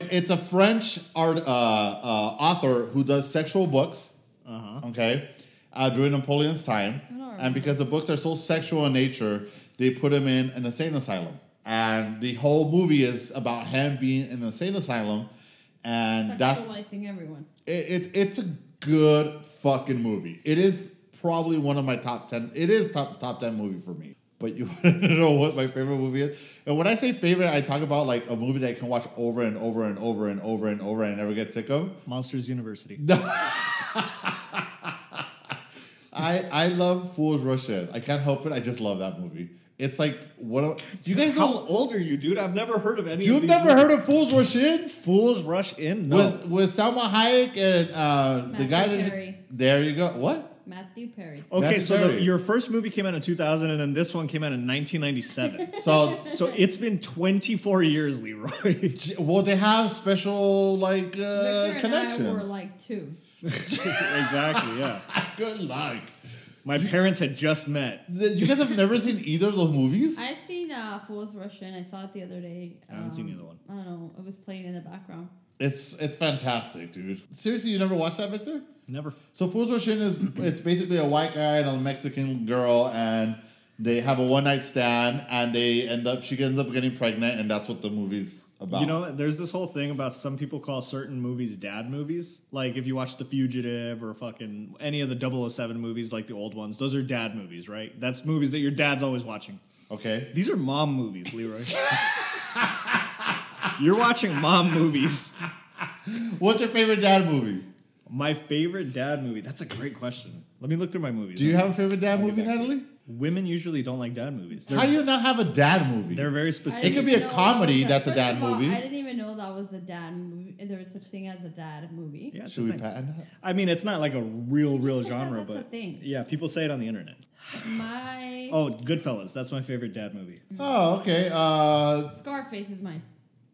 Speaker 1: It's a French art uh, uh, author who does sexual books.
Speaker 2: Uh-huh.
Speaker 1: Okay, uh, during Napoleon's time,
Speaker 3: I don't
Speaker 1: and because the books are so sexual in nature, they put him in an insane asylum, and the whole movie is about him being in an insane asylum, and that's
Speaker 3: Sexualizing everyone.
Speaker 1: it, it it's a good fucking movie. It is probably one of my top ten. It is top top ten movie for me. But you [laughs] want to know what my favorite movie is? And when I say favorite, I talk about like a movie that I can watch over and over and over and over and over and never get sick of.
Speaker 2: Monsters University.
Speaker 1: I I love Fools Rush In. I can't help it. I just love that movie. It's like what a- do you guys
Speaker 2: [laughs] How
Speaker 1: know?
Speaker 2: old are you, dude? I've never heard of any of
Speaker 1: You've
Speaker 2: these
Speaker 1: never
Speaker 2: movies.
Speaker 1: heard of Fools Rush In?
Speaker 2: Fools Rush In? No.
Speaker 1: With with Salma Hayek and uh, the
Speaker 3: Matthew
Speaker 1: guy that
Speaker 3: Perry.
Speaker 1: there you go. What?
Speaker 3: Matthew Perry.
Speaker 2: okay,
Speaker 1: Matthew
Speaker 2: so the,
Speaker 1: Perry.
Speaker 2: your first movie came out in 2000, and then this one came out
Speaker 3: [laughs]
Speaker 2: in 1997.
Speaker 1: So [laughs]
Speaker 2: so it's been 24 years, Leroy. [laughs]
Speaker 1: J- Well, they have special like uh,
Speaker 3: Victor and I were
Speaker 1: connections.
Speaker 3: like two.
Speaker 2: exactly, yeah.
Speaker 1: Good luck.
Speaker 2: My parents had just met.
Speaker 1: The- You guys have never seen either of those movies?
Speaker 3: I've seen uh, Fools Russian. I saw it the other day. Um,
Speaker 2: I haven't seen the other one.
Speaker 3: I don't know. It was playing in the background.
Speaker 1: It's it's fantastic, dude. Seriously, you never watched that, Victor?
Speaker 2: Never.
Speaker 1: So Fools Rush In is it's basically a white guy and a Mexican girl, and they have a one night stand, and they end up she ends up getting pregnant, and that's what the movie's about.
Speaker 2: You know, there's this whole thing about some people call certain movies dad movies. Like if you watch The Fugitive or fucking any of the 007 movies, like the old ones, those are dad movies, right? That's movies that your dad's always watching.
Speaker 1: okay.
Speaker 2: These are mom movies, Leroy. [laughs] You're watching mom movies.
Speaker 1: What's your favorite dad movie?
Speaker 2: My favorite dad movie. That's a great question. Let me look through my movies.
Speaker 1: Do you have a favorite dad
Speaker 2: get
Speaker 1: movie,
Speaker 2: back to
Speaker 1: Natalie?
Speaker 2: Women usually don't like dad movies. They're,
Speaker 1: How do you not have a dad movie?
Speaker 2: they're very
Speaker 3: I
Speaker 1: It
Speaker 2: specific.
Speaker 1: could
Speaker 3: didn't
Speaker 1: be a
Speaker 3: know that
Speaker 1: comedy
Speaker 3: was
Speaker 1: that's a
Speaker 3: first
Speaker 1: dad
Speaker 3: of all,
Speaker 1: movie.
Speaker 3: I didn't even know that was a dad movie. There was such thing as a dad movie.
Speaker 2: Yeah, it's a
Speaker 1: Should we
Speaker 2: thing.
Speaker 1: patent that?
Speaker 2: I mean, it's not like a real, real
Speaker 3: said that,
Speaker 2: genre,
Speaker 3: that's a
Speaker 2: but
Speaker 3: thing.
Speaker 2: yeah, people say it on the internet.
Speaker 3: My
Speaker 2: Oh, Goodfellas. That's my favorite dad movie.
Speaker 1: Oh, okay. Uh,
Speaker 3: Scarface is mine.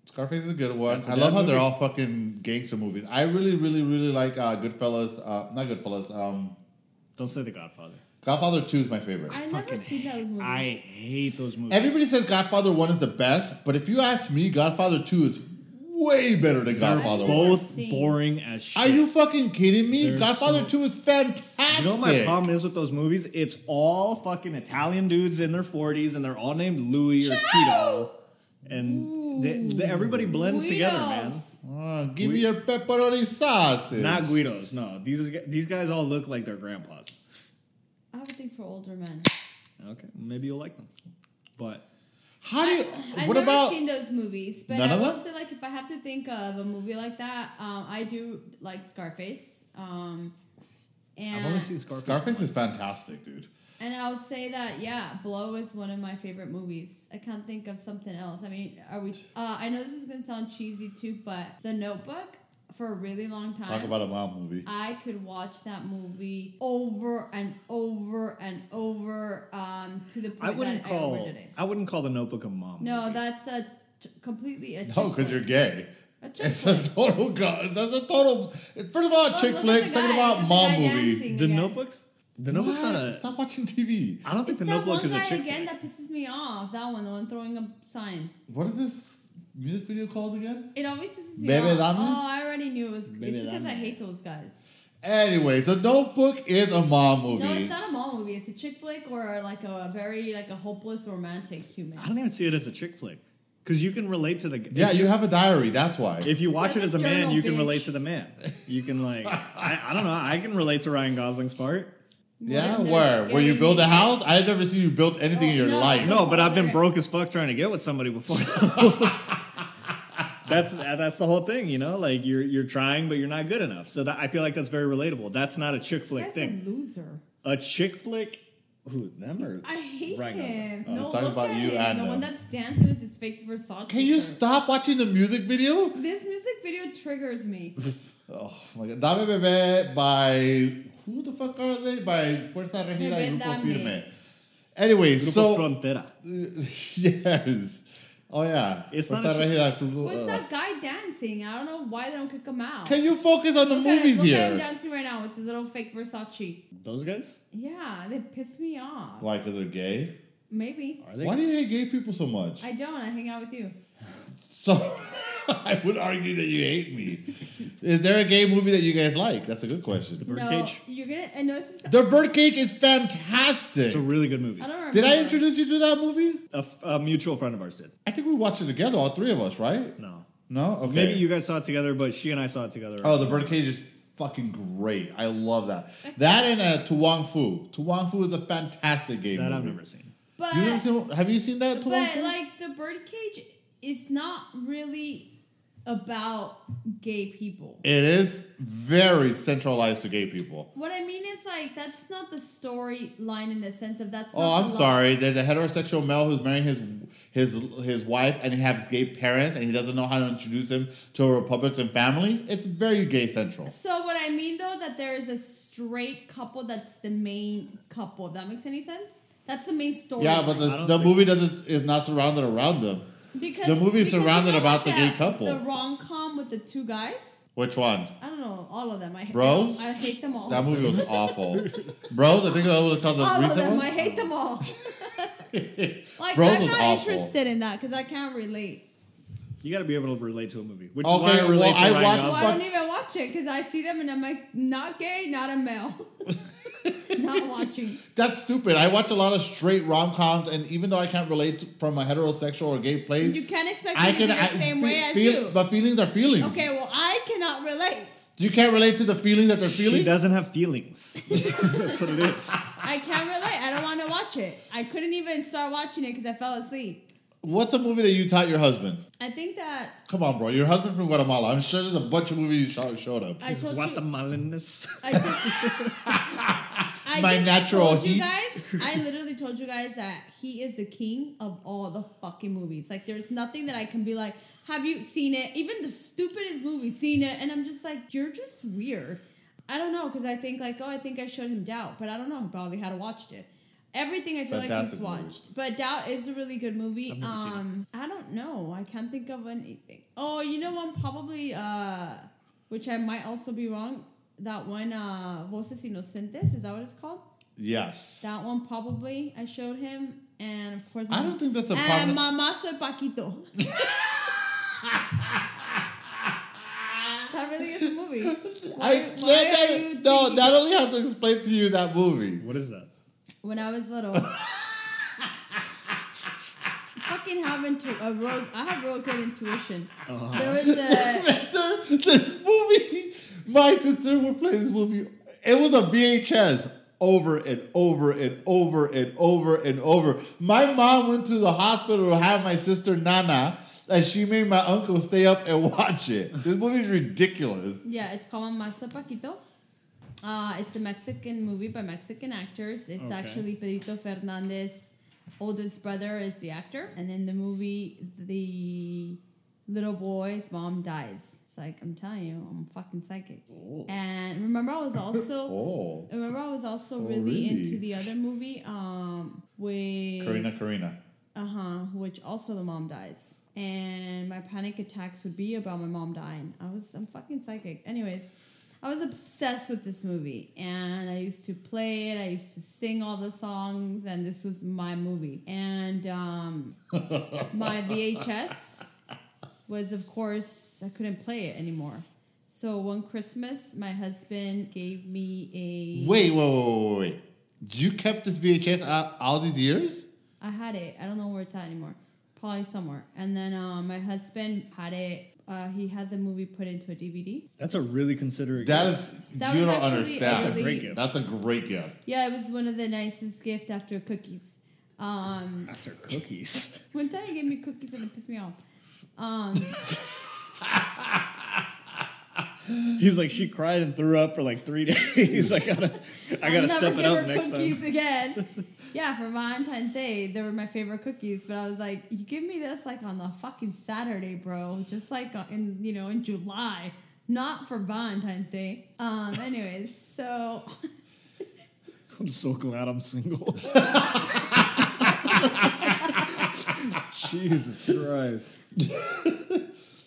Speaker 1: Scarface is a good one.
Speaker 2: That's a
Speaker 1: I
Speaker 2: bad
Speaker 1: love how they're
Speaker 2: movie.
Speaker 1: all fucking gangster movies. I really, really, really like uh, Goodfellas. Uh, not Goodfellas. Um,
Speaker 2: Don't say The Godfather.
Speaker 1: Godfather Two is my favorite.
Speaker 3: I've never
Speaker 2: Fucking
Speaker 3: seen those movies.
Speaker 2: I hate those movies.
Speaker 1: Everybody says Godfather One is the best, but if you ask me, Godfather Two is way better than
Speaker 2: are
Speaker 1: Godfather One.
Speaker 3: Never
Speaker 2: both
Speaker 3: seen.
Speaker 2: boring as shit.
Speaker 1: Are you fucking kidding me?
Speaker 2: They're
Speaker 1: Godfather
Speaker 2: so-
Speaker 1: Two is fantastic.
Speaker 2: You know what my problem is with those movies? It's all fucking Italian dudes in their 40s and they're all named Louis or Tito. And they, they- everybody blends together, man.
Speaker 3: Guidos.
Speaker 1: Uh, give
Speaker 2: We-
Speaker 1: me your pepperoni sausage.
Speaker 2: Not Guidos, no. These gu- these guys all look like their grandpas.
Speaker 3: I have a thing for older men.
Speaker 2: Okay, maybe you'll like them. But
Speaker 1: How do you?
Speaker 3: I've
Speaker 1: what
Speaker 3: never
Speaker 1: about?
Speaker 3: seen those movies, but
Speaker 1: None
Speaker 3: I
Speaker 1: of
Speaker 3: will
Speaker 1: them?
Speaker 3: say, like, if I have to think of a movie like that, um, I do like Scarface. Um, and
Speaker 2: I've only seen Scarface.
Speaker 1: Scarface is
Speaker 2: once.
Speaker 1: fantastic, dude.
Speaker 3: And I'll say that, yeah, Blow is one of my favorite movies. I can't think of something else. I mean, are we? Uh, I know this is gonna sound cheesy too, but The Notebook for a really long time.
Speaker 1: Talk about a mom movie.
Speaker 3: I could watch that movie over and over and over um, to the point
Speaker 2: I wouldn't
Speaker 3: that I
Speaker 2: call
Speaker 3: overdid it.
Speaker 2: I wouldn't call the Notebook a mom.
Speaker 3: No,
Speaker 2: movie.
Speaker 3: that's a t- completely a.
Speaker 1: No,
Speaker 3: chick
Speaker 1: because
Speaker 3: flick.
Speaker 1: you're gay.
Speaker 3: A chick
Speaker 1: It's a
Speaker 3: flick.
Speaker 1: total. go- That's a total. First of all,
Speaker 3: Oh,
Speaker 1: chick
Speaker 3: look at
Speaker 1: flick.
Speaker 3: the
Speaker 1: Second of
Speaker 3: guy,
Speaker 1: all,
Speaker 3: look at the
Speaker 1: mom
Speaker 3: guy
Speaker 1: movie.
Speaker 3: dancing.
Speaker 2: the
Speaker 3: again.
Speaker 2: Notebook's the Notebook's
Speaker 1: What?
Speaker 2: not a.
Speaker 1: Stop watching TV.
Speaker 2: I don't think
Speaker 3: It's
Speaker 2: the
Speaker 3: that
Speaker 2: Notebook
Speaker 3: one
Speaker 2: is a
Speaker 3: guy
Speaker 2: chick.
Speaker 3: again
Speaker 2: flick.
Speaker 3: that pisses me off. That one, the one throwing up signs.
Speaker 1: What is this music video called again?
Speaker 3: It always pisses me
Speaker 1: Baby
Speaker 3: off.
Speaker 1: Dame?
Speaker 3: Oh, I already knew it was.
Speaker 2: Baby
Speaker 3: it's because I
Speaker 2: Dame.
Speaker 3: hate those guys.
Speaker 1: Anyway, The Notebook is a mom movie.
Speaker 3: No, it's not a mall movie. It's a chick flick or like a very like a hopeless romantic human.
Speaker 2: I don't even see it as a chick flick because you can relate to the.
Speaker 1: yeah, you have a diary. That's why.
Speaker 2: If you watch
Speaker 3: Like
Speaker 2: it as
Speaker 3: a
Speaker 2: a man,
Speaker 3: journal,
Speaker 2: you can
Speaker 3: bitch.
Speaker 2: relate to the man. You can
Speaker 1: [laughs]
Speaker 2: like, I, I don't know. I can relate to Ryan Gosling's part.
Speaker 1: yeah,
Speaker 3: Well, they're
Speaker 1: where where you
Speaker 3: gay.
Speaker 1: build a house? I've never seen you build anything in
Speaker 3: Oh,
Speaker 1: your
Speaker 3: no.
Speaker 1: life.
Speaker 2: No, but I've been
Speaker 3: Father.
Speaker 2: broke as fuck trying to get with
Speaker 1: [laughs]
Speaker 2: somebody before. [laughs] that's that's the whole thing, you know. Like you're you're trying, but you're not good enough. So that, I feel like that's very relatable. That's not a chick flick
Speaker 3: That's a
Speaker 2: thing.
Speaker 3: loser.
Speaker 2: A chick flick Who them or
Speaker 3: I hate
Speaker 2: Ragnarsson?
Speaker 3: him.
Speaker 1: I was
Speaker 3: no,
Speaker 1: talking
Speaker 3: look
Speaker 1: about
Speaker 3: at
Speaker 1: you
Speaker 3: him.
Speaker 1: and
Speaker 3: the one
Speaker 1: him.
Speaker 3: that's dancing with his fake Versace.
Speaker 1: Can you
Speaker 3: shirt.
Speaker 1: stop watching the music video?
Speaker 3: This music video triggers
Speaker 1: [laughs]
Speaker 3: me.
Speaker 1: Oh my god. Dame Bebe by who the fuck are they? By Fuerza Regida
Speaker 3: Bebe
Speaker 1: and Grupo
Speaker 3: Dame.
Speaker 1: Firme. Anyway,
Speaker 2: Grupo
Speaker 1: so
Speaker 2: Frontera?
Speaker 1: [laughs] yes. Oh yeah.
Speaker 2: It's not
Speaker 1: Fuerza
Speaker 2: a-
Speaker 1: Regida, Grupo-
Speaker 3: What's
Speaker 1: uh,
Speaker 3: that guy dancing? I don't know why they don't kick him out.
Speaker 1: Can you focus on the
Speaker 3: Look at him-
Speaker 1: movies
Speaker 3: look at him
Speaker 1: here?
Speaker 3: dancing right now with his little fake Versace.
Speaker 2: Those guys?
Speaker 3: Yeah, they piss me off.
Speaker 1: Why? Because they're gay.
Speaker 3: Maybe.
Speaker 2: Are they?
Speaker 1: Why do you hate gay people so much?
Speaker 3: I don't. I hang out with you.
Speaker 1: So [laughs] I would argue that you hate me. Is there a gay movie that you guys like? That's a good question.
Speaker 2: Birdcage?
Speaker 4: No, you're gonna. I know this is.
Speaker 1: The Birdcage is fantastic.
Speaker 2: It's a really good movie.
Speaker 3: I don't remember.
Speaker 1: Did I introduce you to that movie?
Speaker 2: A, f- a mutual friend of ours did.
Speaker 1: I think we watched it together, all three of us, right?
Speaker 2: No.
Speaker 1: No? Okay.
Speaker 2: Maybe you guys saw it together, but she and I saw it together.
Speaker 1: Oh, The Birdcage is fucking great. I love that. That and uh, Tu Wong Fu. Tu Wong Fu is a fantastic game.
Speaker 2: that I've
Speaker 1: movie.
Speaker 2: never seen.
Speaker 3: But,
Speaker 1: You never seen- have you seen that Tu Wong
Speaker 3: but
Speaker 1: Fu?
Speaker 3: like the birdcage is not really about gay people.
Speaker 1: it is very centralized to gay people.
Speaker 3: What I mean is like that's not the storyline in the sense of that's.
Speaker 1: Oh,
Speaker 3: not
Speaker 1: I'm
Speaker 3: the love-
Speaker 1: sorry. There's a heterosexual male who's marrying his his his wife, and he has gay parents, and he doesn't know how to introduce him to a Republican family. It's very gay central.
Speaker 3: So what I mean though that there is a straight couple that's the main couple. If that makes any sense, that's the main story.
Speaker 1: Yeah, but
Speaker 2: I
Speaker 1: the,
Speaker 2: don't
Speaker 1: the
Speaker 2: think-
Speaker 1: movie doesn't is not surrounded around them.
Speaker 3: because
Speaker 1: the movie is
Speaker 3: because you
Speaker 1: surrounded
Speaker 3: know like
Speaker 1: about the gay
Speaker 3: that-
Speaker 1: couple.
Speaker 3: The rom com with the two guys.
Speaker 1: Which one?
Speaker 3: I don't know all of them. I hate
Speaker 1: Bros?
Speaker 3: I hate them all.
Speaker 1: That movie was
Speaker 2: [laughs]
Speaker 1: awful. Bros, I think that was called the
Speaker 3: all of
Speaker 1: recent
Speaker 3: them.
Speaker 1: one.
Speaker 3: I hate them
Speaker 1: [laughs]
Speaker 3: all. Like
Speaker 1: Bros
Speaker 3: I'm
Speaker 1: was
Speaker 3: not
Speaker 1: awful.
Speaker 3: interested in that because I can't relate.
Speaker 2: You got to be able to relate to a movie, which
Speaker 1: Okay,
Speaker 2: is why I
Speaker 1: well,
Speaker 2: relate to
Speaker 1: I
Speaker 2: Ryan
Speaker 1: watched-
Speaker 3: Well,
Speaker 2: Gosling.
Speaker 3: I don't even watch it because I see them and I'm like, not gay, not a male. [laughs] not watching.
Speaker 1: That's stupid. I watch a lot of straight rom coms, and even though I can't relate to, from a heterosexual or gay place,
Speaker 3: You can't expect me
Speaker 1: I
Speaker 3: to
Speaker 1: can.
Speaker 3: be the
Speaker 1: I,
Speaker 3: same
Speaker 1: fe-
Speaker 3: way as
Speaker 1: feel-
Speaker 3: you.
Speaker 1: But feelings are feelings.
Speaker 3: Okay, well, I cannot relate.
Speaker 1: You can't relate to the feeling that they're
Speaker 2: She
Speaker 1: feeling.
Speaker 2: doesn't
Speaker 1: [laughs]
Speaker 2: have feelings. That's what it is.
Speaker 3: I can't relate. I don't want to watch it. I couldn't even start watching it because I fell asleep.
Speaker 1: What's a movie that you taught your husband?
Speaker 3: I think that
Speaker 1: Come on, bro. Your husband from Guatemala. I'm sure there's a bunch of movies you showed, showed up.
Speaker 3: I told you.
Speaker 2: Guatemalanness.
Speaker 3: I
Speaker 1: [laughs]
Speaker 3: just, I
Speaker 1: My
Speaker 3: just
Speaker 1: natural
Speaker 3: told
Speaker 1: heat.
Speaker 3: you guys. I literally told you guys that he is the king of all the fucking movies. Like, there's nothing that I can be like, have you seen it? Even the stupidest movie, seen it, and I'm just like, you're just weird. I don't know because I think like, oh, I think I showed him Doubt, but I don't know. He probably had watched it. Everything I feel
Speaker 1: Fantastic
Speaker 3: like he's
Speaker 1: movies.
Speaker 3: watched, but Doubt is a really good movie.
Speaker 2: I've never seen it.
Speaker 3: Um, I don't know. I can't think of anything. Oh, you know one probably. Uh, which I might also be wrong. That one, uh, Voces Inocentes, is that what it's called?
Speaker 1: yes.
Speaker 3: That one probably I showed him, and of course,
Speaker 1: I don't think that's a
Speaker 3: and
Speaker 1: problem.
Speaker 3: Mamá Soy Paquito. that really is a movie.
Speaker 1: [laughs] I
Speaker 3: Why-
Speaker 1: that,
Speaker 3: why are
Speaker 1: that-
Speaker 3: you
Speaker 1: no.
Speaker 3: thinking-
Speaker 1: Natalie has to explain to you that movie.
Speaker 2: What is that?
Speaker 3: When I was
Speaker 1: [laughs]
Speaker 3: little. Fucking having to a road, I have real good intuition.
Speaker 1: Uh-huh.
Speaker 3: There was a
Speaker 1: Victor, this movie. My sister would play this movie. It was a VHS over and over and over and over and over. My mom went to the hospital to have my sister Nana, and she made my uncle stay up and [laughs] watch it. This movie's ridiculous.
Speaker 3: Yeah, it's called Maso Paquito. Uh, it's a Mexican movie by Mexican actors. It's
Speaker 2: Okay.
Speaker 3: actually Pedrito Fernandez' oldest brother is the actor, and in the movie, the little boy's mom dies. It's like I'm telling you, I'm fucking psychic. And remember, I was also
Speaker 1: [laughs] Oh,
Speaker 3: remember I was also
Speaker 1: Oh,
Speaker 3: really,
Speaker 1: really?
Speaker 3: into the other movie um, with
Speaker 1: Karina, Karina.
Speaker 3: uh huh. Which also the mom dies, and my panic attacks would be about my mom dying. I was I'm fucking psychic. Anyways, I was obsessed with this movie, and I used to play it. I used to sing all the songs, and this was my movie. And um, my VHS was, of course, I couldn't play it anymore. So one Christmas, my husband gave me a.
Speaker 1: Wait, wait, wait, wait, wait. You kept this VHS out all these years?
Speaker 3: I had it. I don't know where it's at anymore. Probably somewhere. And then uh, my husband had it. Uh, he had the movie put into a DVD.
Speaker 2: That's a really considerate.
Speaker 1: That
Speaker 2: gift.
Speaker 1: is,
Speaker 3: That
Speaker 1: you
Speaker 3: was
Speaker 1: don't
Speaker 3: actually
Speaker 1: understand.
Speaker 3: a
Speaker 2: That's a great gift.
Speaker 1: That's a great gift.
Speaker 3: Yeah, it was one of the nicest gift after cookies. Um,
Speaker 2: after cookies.
Speaker 3: one time he gave me cookies and it pissed me off. Um,
Speaker 2: He's like, she cried and threw up for like three [laughs] days. I gotta, I
Speaker 3: I'll
Speaker 2: gotta
Speaker 3: never
Speaker 2: step it
Speaker 3: give
Speaker 2: up
Speaker 3: her
Speaker 2: next
Speaker 3: cookies
Speaker 2: [laughs] time.
Speaker 3: again. yeah, for Valentine's Day, they were my favorite cookies, but I was like, you give me this like on the fucking Saturday, bro. Just like uh, in you know in July, not for Valentine's Day. Um. Anyways, so
Speaker 2: I'm so glad
Speaker 3: [laughs]
Speaker 2: I'm single. [laughs] Jesus Christ.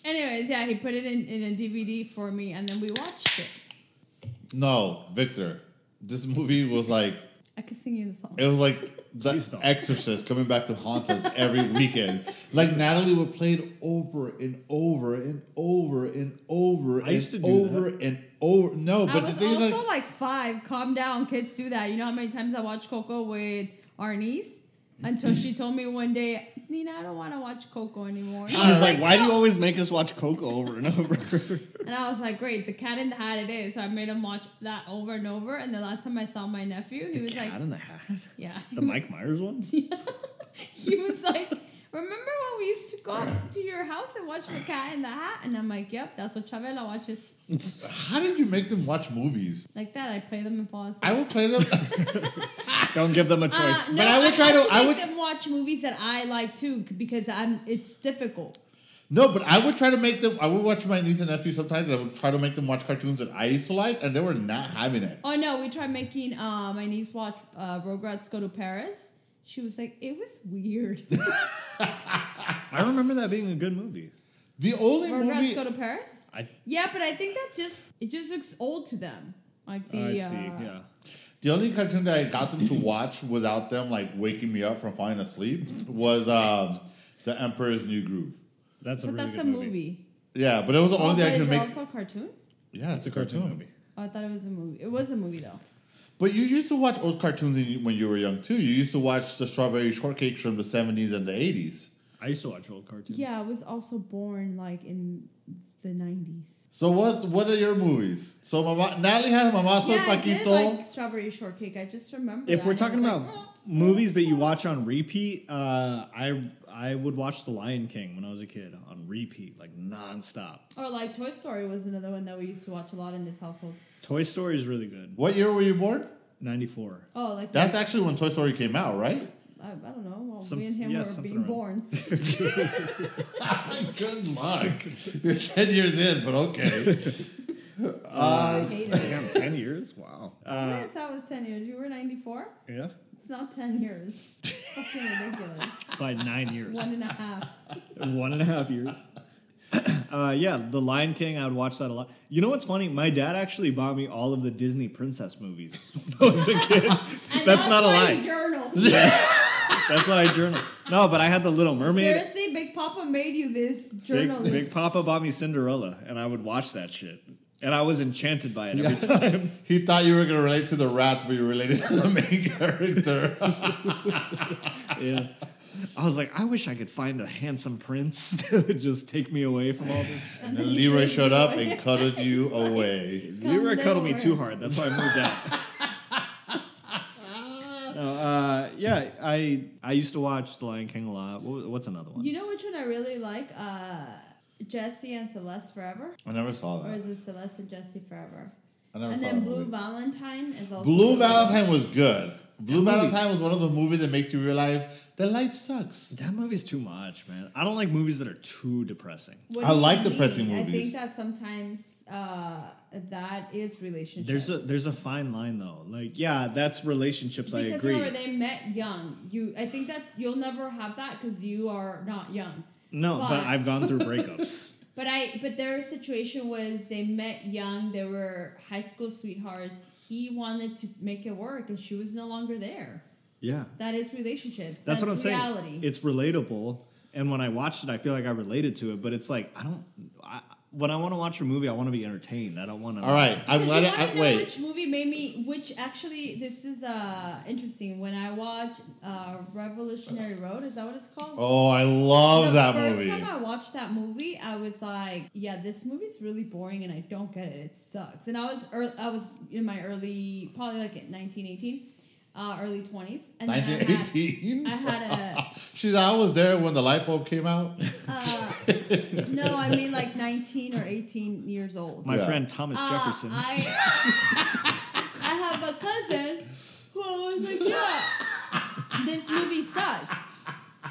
Speaker 3: anyways, yeah, he put it in in a DVD for me, and then we watched it.
Speaker 1: No, Victor. This movie was like
Speaker 3: I could sing you the song.
Speaker 1: it was like
Speaker 2: Please
Speaker 1: the
Speaker 2: don't.
Speaker 1: Exorcist coming back to haunt us every weekend. Like Natalie would play it over and over and over and over and
Speaker 2: used to do
Speaker 1: over and over. No,
Speaker 3: I
Speaker 1: but the
Speaker 3: was
Speaker 1: thing
Speaker 3: also
Speaker 1: is,
Speaker 3: like,
Speaker 1: like,
Speaker 3: five. Calm down, kids do that. You know how many times I watched Coco with our niece until she told me one day, Nina, I don't want to watch Coco anymore.
Speaker 2: She's like, why do you always make us watch Coco over and over?
Speaker 3: And I was like, great, the cat in the hat it is. So I made him watch that over and over. And the last time I saw my nephew, he was
Speaker 2: Cat
Speaker 3: like,
Speaker 2: in
Speaker 3: [laughs]
Speaker 2: the Hat?
Speaker 3: yeah.
Speaker 2: The Mike Myers
Speaker 3: [laughs]
Speaker 2: one?
Speaker 3: he was like, remember when we used to go up to your house and watch the cat in the hat? And I'm like, yep, that's what Chavela watches.
Speaker 1: how did you make them watch movies?
Speaker 3: Like that, I play them and fall asleep.
Speaker 1: I would play them. [laughs]
Speaker 2: Don't give them a choice.
Speaker 3: Uh,
Speaker 1: But I would try
Speaker 3: had
Speaker 1: to-
Speaker 3: make
Speaker 1: I would-
Speaker 3: them watch movies that I like too c- because I'm. It's difficult.
Speaker 1: no, but I would try to make them. I would watch my niece and nephew sometimes. and I would try to make them watch cartoons that I used to like, and they were not having it.
Speaker 3: Oh no, we tried making uh, my niece watch uh, Rugrats Go to Paris. She was like, it was weird.
Speaker 1: [laughs]
Speaker 2: I remember that being a good movie.
Speaker 1: The only
Speaker 3: Rugrats
Speaker 1: movie
Speaker 3: Go to Paris.
Speaker 2: I,
Speaker 3: Yeah, but I think that just it just looks old to them. Like the
Speaker 2: I see,
Speaker 3: uh,
Speaker 2: yeah.
Speaker 1: The only cartoon that I got them to watch without them like waking me up from falling asleep was um, The Emperor's New Groove.
Speaker 2: That's a
Speaker 3: But
Speaker 2: really
Speaker 3: that's
Speaker 2: good
Speaker 3: a movie.
Speaker 1: Yeah, but it was the
Speaker 3: Oh,
Speaker 1: only
Speaker 3: but
Speaker 1: thing I
Speaker 3: is
Speaker 1: could
Speaker 3: it
Speaker 1: make.
Speaker 3: also a cartoon?
Speaker 1: yeah, it's a cartoon.
Speaker 2: movie.
Speaker 3: Oh, I thought it was a movie. It was a movie though.
Speaker 1: But you used to watch old cartoons when you- when you were young too. You used to watch the Strawberry Shortcakes from the seventies and the eighties.
Speaker 2: I used to watch old cartoons.
Speaker 3: Yeah, it was also born like in the nineties.
Speaker 1: So what? What are your movies? So Mama, Natalie has Mama Soy
Speaker 3: Yeah, I did
Speaker 1: Paquito.
Speaker 3: like strawberry shortcake. I just remember.
Speaker 2: If
Speaker 3: that.
Speaker 2: we're
Speaker 3: and I
Speaker 2: talking
Speaker 3: was
Speaker 2: about
Speaker 3: like, "Oh."
Speaker 2: movies that you watch on repeat, uh, I I would watch The Lion King when I was a kid on repeat, like nonstop.
Speaker 3: Or like Toy Story was another one that we used to watch a lot in this household.
Speaker 2: Toy Story is really good.
Speaker 1: what year were you born?
Speaker 2: Ninety four.
Speaker 3: Oh, like
Speaker 1: That's actually when Toy Story came out, right?
Speaker 3: I, I don't know. Well,
Speaker 2: Some-
Speaker 3: we and him
Speaker 2: yeah,
Speaker 3: were
Speaker 2: something
Speaker 3: being
Speaker 2: around. [laughs]
Speaker 3: born.
Speaker 1: Good luck. You're ten years in, but okay.
Speaker 3: I hate it.
Speaker 2: Damn, ten years. Wow. Uh,
Speaker 3: Yes, I was ten years. You were ninety four.
Speaker 2: yeah.
Speaker 3: It's not ten years. Fucking
Speaker 2: [laughs]
Speaker 3: ridiculous.
Speaker 2: By nine years.
Speaker 3: One and a half.
Speaker 2: one and a half years. [laughs] Uh, yeah, The Lion King. I would watch that a lot. You know what's funny? My dad actually bought me all of the Disney princess movies when I was a kid.
Speaker 3: And
Speaker 2: That's not a
Speaker 3: why
Speaker 2: lie.
Speaker 3: he
Speaker 2: [laughs]
Speaker 3: journals.
Speaker 2: That's how I journal. [laughs] No, but I had the Little Mermaid.
Speaker 3: Seriously, Big Papa made you this
Speaker 2: Big,
Speaker 3: journalist.
Speaker 2: Big
Speaker 3: [laughs]
Speaker 2: Papa bought me Cinderella, and I would watch that shit, and I was enchanted by it every
Speaker 1: Yeah.
Speaker 2: time.
Speaker 1: He thought you were gonna relate to the rats, but you related to the main [laughs] character.
Speaker 2: Yeah. I was like, I wish I could find a handsome prince [laughs] that would just take me away from all this.
Speaker 1: and
Speaker 3: [laughs]
Speaker 1: then Leroy showed up and cuddled you away.
Speaker 2: You were
Speaker 3: Come
Speaker 2: cuddling me
Speaker 3: over.
Speaker 2: too hard. That's why I moved out.
Speaker 3: [laughs]
Speaker 2: No, uh, yeah, I I used to watch The Lion King a lot. What, was- what's another one?
Speaker 3: You know which one I really like? Uh, Jesse and Celeste Forever,
Speaker 1: I never saw
Speaker 3: or
Speaker 1: that.
Speaker 3: is it Celeste and Jesse Forever?
Speaker 1: I never
Speaker 3: And
Speaker 1: saw
Speaker 3: then
Speaker 1: that
Speaker 3: Blue
Speaker 1: movie.
Speaker 3: Valentine is also
Speaker 1: Blue Valentine was good. Blue
Speaker 2: That movie's-
Speaker 1: Valentine was one of the movies that makes you realize that life sucks.
Speaker 2: that movie's too much, man. I don't like movies that are too depressing.
Speaker 3: What
Speaker 1: I
Speaker 3: does
Speaker 1: like
Speaker 3: that
Speaker 1: the
Speaker 3: mean?
Speaker 1: pressing
Speaker 3: I
Speaker 1: movies.
Speaker 3: think that sometimes uh, that is relationships.
Speaker 2: There's a there's a fine line though. Like, yeah, that's relationships.
Speaker 3: because
Speaker 2: I agree.
Speaker 3: remember they met young. You, I think that's you'll never have that because you are not young.
Speaker 2: no, but,
Speaker 3: but-
Speaker 2: I've gone
Speaker 3: [laughs]
Speaker 2: through breakups.
Speaker 3: But I, but their situation was they met young. They were high school sweethearts. He wanted to make it work, and she was no longer there.
Speaker 2: yeah,
Speaker 3: That is relationships.
Speaker 2: that's,
Speaker 3: That's,
Speaker 2: what I'm
Speaker 3: reality.
Speaker 2: saying. It's relatable, and when I watched it, I feel like I related to it. But it's like I don't. I, when I want to watch a movie, I want to be entertained. I don't want to.
Speaker 1: All right, I'm
Speaker 3: Because
Speaker 1: glad.
Speaker 3: you wanna
Speaker 1: I,
Speaker 3: know
Speaker 1: wait,
Speaker 3: which movie made me? Which actually, this is uh interesting. When I watch uh, Revolutionary Road, is that what it's called?
Speaker 1: oh, I love
Speaker 3: the
Speaker 1: that
Speaker 3: first
Speaker 1: movie.
Speaker 3: time I watched that movie, I was like, "Yeah, this movie's really boring, and I don't get it. It sucks." And I was ear I was in my early, probably like at 19, 18. uh, early 20s. And then I had,
Speaker 1: 1918.
Speaker 3: I had a,
Speaker 1: [laughs] She's. I was there when the light bulb came out.
Speaker 3: no, I mean like 19 or 18 years old.
Speaker 2: My
Speaker 1: Yeah.
Speaker 2: friend Thomas
Speaker 3: Uh,
Speaker 2: Jefferson.
Speaker 3: I, [laughs] I have a cousin who was like, yeah, this movie sucks.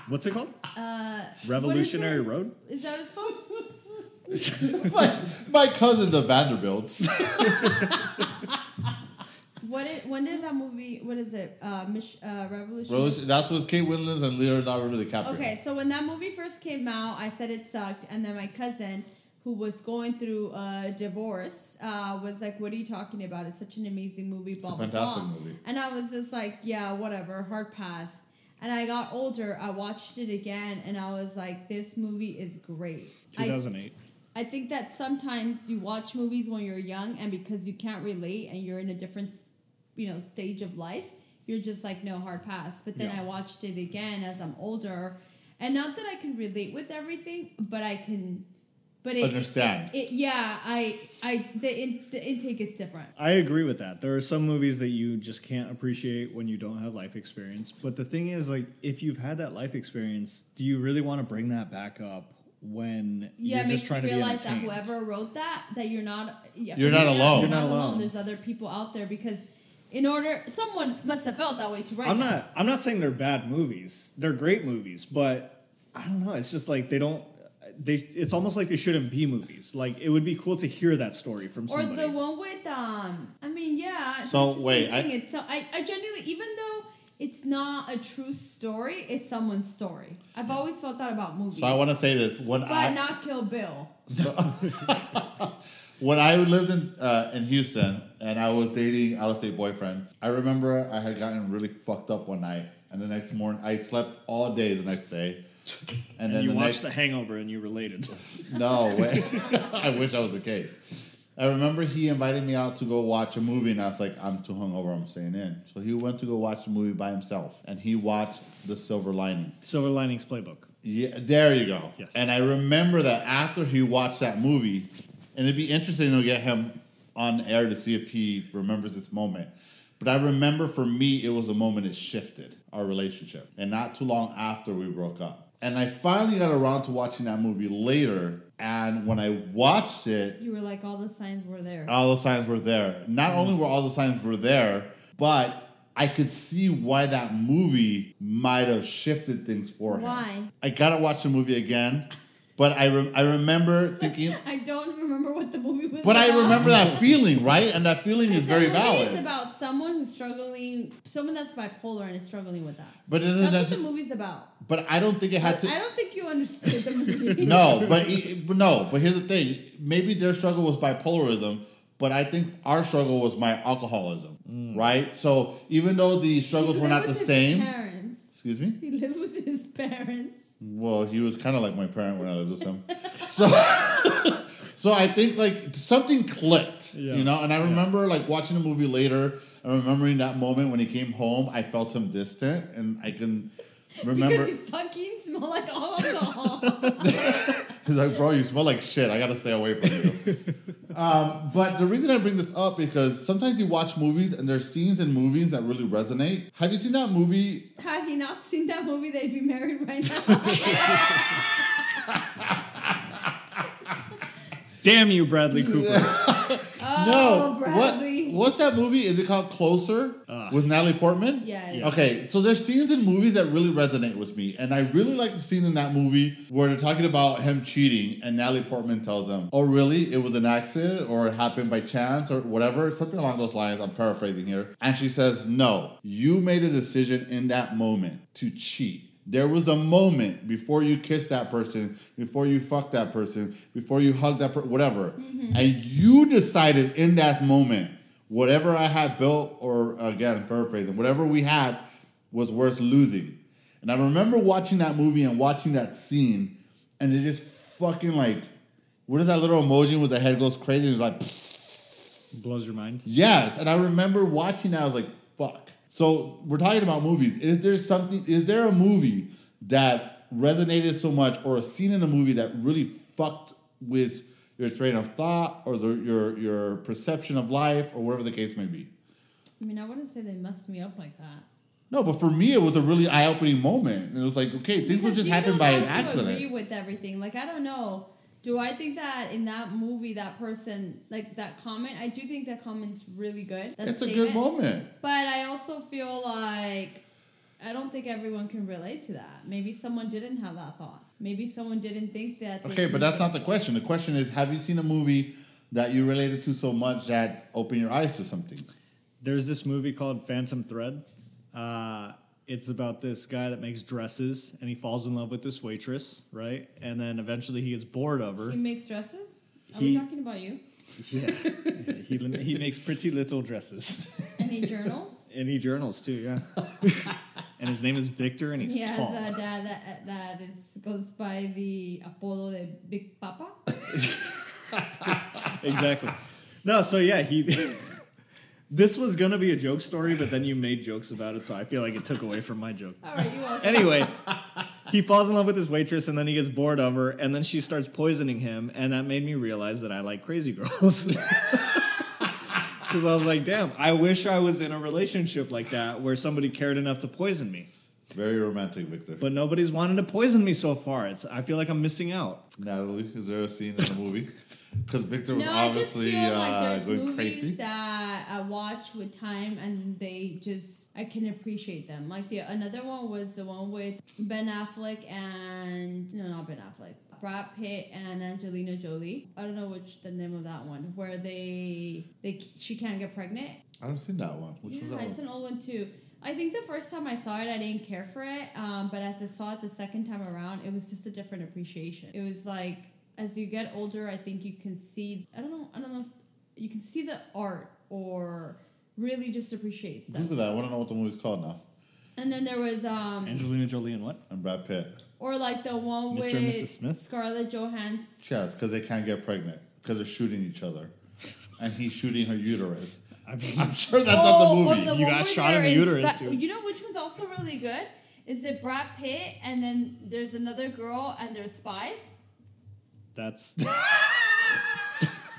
Speaker 2: What's it called?
Speaker 3: Uh,
Speaker 2: Revolutionary
Speaker 3: what is it?
Speaker 2: Road?
Speaker 3: Is that what it's called?
Speaker 1: [laughs] my, my cousin, the Vanderbilts.
Speaker 3: What it, when did that movie, what is it? Uh, Mich- uh, Revolution.
Speaker 1: Rose, that's with Kate Winslet and Leonardo DiCaprio.
Speaker 3: Okay, so when that movie first came out, I said it sucked, and then my cousin, who was going through a divorce, uh, was like, "What are you talking about? It's such an amazing movie." Blah
Speaker 1: a
Speaker 3: blah
Speaker 1: fantastic
Speaker 3: blah.
Speaker 1: movie.
Speaker 3: And I was just like, "Yeah, whatever, hard pass." And I got older, I watched it again, and I was like, "This movie is great." I
Speaker 2: 2008.
Speaker 3: I think that sometimes you watch movies when you're young, and because you can't relate and you're in a different, s- you know, stage of life, you're just like, no, hard pass. But then
Speaker 2: Yeah.
Speaker 3: I watched it again as I'm older, and not that I can relate with everything, but I can, but it,
Speaker 1: Understand.
Speaker 3: It, yeah, I, I, the in, the intake is different.
Speaker 2: I agree with that. There are some movies that you just can't appreciate when you don't have life experience. But the thing is, like, if you've had that life experience, do you really want to bring that back up when
Speaker 3: Yeah,
Speaker 2: you're
Speaker 3: it
Speaker 2: just
Speaker 3: makes you
Speaker 2: trying to
Speaker 3: realize
Speaker 2: be
Speaker 3: that
Speaker 2: entertained?
Speaker 3: whoever wrote that, that you're not, yeah,
Speaker 1: You're not alone.
Speaker 3: You're not
Speaker 2: alone.
Speaker 3: alone. There's other people out there because, in order, someone must have felt that way to write. [laughs]
Speaker 2: I'm
Speaker 3: it.
Speaker 2: not. I'm not saying they're bad movies. They're great movies, but I don't know. It's just like they don't. They. It's almost like they shouldn't be movies. Like it would be cool to hear that story from
Speaker 3: Or
Speaker 2: somebody.
Speaker 3: the one with um, I mean, yeah.
Speaker 1: So,
Speaker 3: that's the
Speaker 1: wait,
Speaker 3: same
Speaker 1: I-
Speaker 3: thing. it's so, I, I genuinely, even though it's not a true story, it's someone's story. I've always felt that about movies,
Speaker 1: So I want to say this when
Speaker 3: but
Speaker 1: I
Speaker 3: not Kill Bill.
Speaker 1: when I lived in uh, in Houston and I was dating out of state boyfriend, I remember I had gotten really fucked up one night, and the next morning I slept all day the next day,
Speaker 2: [laughs]
Speaker 1: and,
Speaker 2: and
Speaker 1: then
Speaker 2: you
Speaker 1: the
Speaker 2: watched
Speaker 1: next
Speaker 2: The Hangover and
Speaker 1: [laughs]
Speaker 2: you related.
Speaker 1: no way, [laughs] I wish that was the case. I remember he invited me out to go watch a movie, and I was like, I'm too hungover, I'm staying in. So he went to go watch the movie by himself, and he watched The Silver Lining.
Speaker 2: Silver Linings Playbook.
Speaker 1: Yeah, there you go.
Speaker 2: Yes.
Speaker 1: And I remember that after he watched that movie, and it'd be interesting to get him on air to see if he remembers this moment. But I remember for me, it was a moment it shifted our relationship, and not too long after we broke up. And I finally got around to watching that movie later. And when I watched it,
Speaker 3: You were like, all the signs were there.
Speaker 1: all the signs were there. Not only were all the signs were there, but I could see why that movie might have shifted things for him.
Speaker 3: Why?
Speaker 1: I gotta watch the movie again, but I re- I
Speaker 3: [laughs]
Speaker 1: remember thinking,
Speaker 3: I don't [laughs] remember what the movie was.
Speaker 1: but I
Speaker 3: about.
Speaker 1: remember that feeling, right? And that feeling
Speaker 3: Because
Speaker 1: is very
Speaker 3: the movie is
Speaker 1: valid.
Speaker 3: about someone who's struggling, someone that's bipolar and is struggling with that.
Speaker 1: But it
Speaker 3: That's
Speaker 1: doesn't.
Speaker 3: what the
Speaker 1: necess-
Speaker 3: movie's about.
Speaker 1: But I don't think it had to.
Speaker 3: I don't think you understood the movie.
Speaker 1: [laughs] no, but e- but no, but here's the thing. Maybe their struggle was bipolarism, but I think our struggle was my alcoholism, right? So even though the
Speaker 3: He
Speaker 1: struggles were
Speaker 3: lived
Speaker 1: not the
Speaker 3: with his
Speaker 1: same,
Speaker 3: Parents.
Speaker 1: excuse me.
Speaker 3: He lived with his parents.
Speaker 1: Well, he was kind of like my parent when I lived with him. [laughs] so, so I think like something clicked,
Speaker 2: Yeah.
Speaker 1: you know. And I
Speaker 2: Yeah.
Speaker 1: remember like watching the movie later and remembering that moment when he came home. I felt him distant, and I can remember.
Speaker 3: Because
Speaker 1: [laughs]
Speaker 3: you fucking smell like alcohol.
Speaker 1: He's like, bro, you smell like shit. I gotta stay away from
Speaker 2: [laughs]
Speaker 1: you. um, but the reason I bring this up because sometimes you watch movies and there's scenes in movies that really resonate. Have you seen that movie?
Speaker 3: Had he not seen that movie, they'd be married right
Speaker 1: [laughs]
Speaker 3: now.
Speaker 2: Damn you, Bradley Cooper.
Speaker 3: Oh,
Speaker 1: what?
Speaker 3: Bradley.
Speaker 1: What's that movie? Is it called Closer
Speaker 2: Ah.
Speaker 1: with Natalie Portman?
Speaker 3: Yeah.
Speaker 2: Yeah.
Speaker 1: Okay, so there's scenes in movies that really resonate with me, and I really like the scene in that movie where they're talking about him cheating, and Natalie Portman tells him, "Oh, really? It was an accident, or it happened by chance, or whatever, something along those lines." I'm paraphrasing here, and she says, "No, you made a decision in that moment to cheat." There was a moment before you kissed that person, before you fucked that person, before you hugged that person, whatever. And you decided in that moment whatever I had built, or again, paraphrasing, whatever we had was worth losing. And I remember watching that movie and watching that scene, and it just fucking like, what is that little emoji with the head goes crazy? It's like, [sniffs]
Speaker 2: Blows your mind.
Speaker 1: yes. And I remember watching that, I was like, fuck. So we're talking about movies. Is there something, is there a movie that resonated so much, or a scene in a movie that really fucked with your train of thought or the, your, your perception of life, or whatever the case may be?
Speaker 3: I mean, I wouldn't say they messed me up like that.
Speaker 1: No, but for me, it was a really eye-opening moment. And it was like, okay, things will
Speaker 3: Because
Speaker 1: just
Speaker 3: you
Speaker 1: happen
Speaker 3: don't
Speaker 1: by
Speaker 3: have
Speaker 1: an
Speaker 3: to Agree
Speaker 1: accident.
Speaker 3: with everything. Like I don't know. Do I think that in that movie, that person, like that comment? I do think that comment's really good. That
Speaker 1: It's a
Speaker 3: statement.
Speaker 1: good moment.
Speaker 3: But I also feel like I don't think everyone can relate to that. Maybe someone didn't have that thought. Maybe someone didn't think that. they
Speaker 1: Okay, but
Speaker 3: can-
Speaker 1: that's not the question. The question is, have you seen a movie that you related to so much that opened your eyes to something?
Speaker 2: There's this movie called Phantom Thread. Uh, it's about this guy that makes dresses and he falls in love with this waitress, right? And then eventually he gets bored of her.
Speaker 3: He makes dresses. Are
Speaker 2: He-
Speaker 3: we talking about you?
Speaker 2: Yeah. he, he makes pretty little dresses.
Speaker 3: And he
Speaker 2: [laughs]
Speaker 3: journals.
Speaker 2: And he journals
Speaker 3: [laughs]
Speaker 2: too, yeah. and his name is Victor and he's
Speaker 3: He has
Speaker 2: tall.
Speaker 3: a dad that, that is goes by the apodo de Big Papa.
Speaker 2: exactly. No, so yeah, he. [laughs] this was gonna be a joke story, but then you made jokes about it, so I feel like it took away from my joke.
Speaker 3: All right, you
Speaker 1: [laughs]
Speaker 3: all.
Speaker 2: Anyway, he falls in love with his waitress, and then he gets bored of her, and then she starts poisoning him, and that made me realize that I like crazy girls. [laughs] Because I was like, damn, I wish I was in a relationship like that where somebody cared enough to poison me.
Speaker 1: Very romantic, Victor.
Speaker 2: But nobody's wanted to poison me so far. It's I feel like I'm missing out.
Speaker 1: Natalie, is there a scene in the
Speaker 3: [laughs]
Speaker 1: movie? Because Victor was
Speaker 3: No, I just
Speaker 1: obviously
Speaker 3: feel like
Speaker 1: uh,
Speaker 3: there's
Speaker 1: going
Speaker 3: movies
Speaker 1: crazy.
Speaker 3: that I watch with time, and they just I can appreciate them. Like the another one was the one with Ben Affleck and no, not Ben Affleck, Brad Pitt and Angelina Jolie. I don't know which the name of that one where they they she can't get pregnant.
Speaker 1: I haven't seen that one. Which
Speaker 3: yeah,
Speaker 1: was that
Speaker 3: it's
Speaker 1: one?
Speaker 3: an old one too. I think the first time I saw it, I didn't care for it. Um, but as I saw it the second time around, it was just a different appreciation. It was like as you get older, I think you can see. I don't know. I don't know. If, you can see the art or really just appreciate stuff.
Speaker 1: Google that. I want to know what the movie's called now.
Speaker 3: And then there was um,
Speaker 2: Angelina Jolie and what?
Speaker 1: And Brad Pitt.
Speaker 3: or like the one
Speaker 2: Mr.
Speaker 3: with
Speaker 2: and Mrs. Smith?
Speaker 3: Scarlett Johansson.
Speaker 1: Yes, because they can't get pregnant because they're shooting each other, and he's shooting her uterus. [laughs]
Speaker 2: I mean,
Speaker 1: I'm sure that's
Speaker 3: Oh,
Speaker 1: not
Speaker 3: or
Speaker 1: the movie.
Speaker 2: You
Speaker 3: one
Speaker 2: got
Speaker 3: where
Speaker 2: shot in
Speaker 3: they're
Speaker 2: the uterus,
Speaker 3: spa-
Speaker 2: you-
Speaker 3: you know which was also really good is it Brad Pitt and then there's another girl and they're spies.
Speaker 2: that's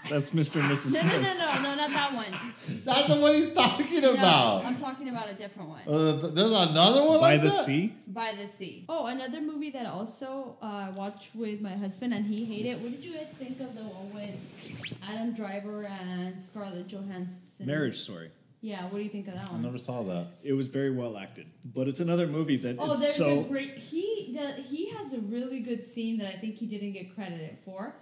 Speaker 2: that's Mr. and Mrs.
Speaker 3: No,
Speaker 2: Smith.
Speaker 3: no, no, no, no, not that
Speaker 1: [laughs]
Speaker 3: one. No,
Speaker 1: That's the one he's talking about.
Speaker 3: I'm talking about a different one.
Speaker 1: Uh, th- there's another one
Speaker 3: Oh,
Speaker 2: By
Speaker 1: like
Speaker 2: the
Speaker 1: that?
Speaker 2: sea.
Speaker 3: By the Sea. Oh, another movie that also uh, I watched with my husband and he hated. What did you guys think of the one with Adam Driver and Scarlett Johansson?
Speaker 2: Marriage Story.
Speaker 3: Yeah, what do you think of that
Speaker 1: I
Speaker 3: one?
Speaker 1: never saw that.
Speaker 2: It was very well acted, but it's another movie that is
Speaker 3: Oh, there's
Speaker 2: so.
Speaker 3: a great. He does, he has a really good scene that I think he didn't get credited for.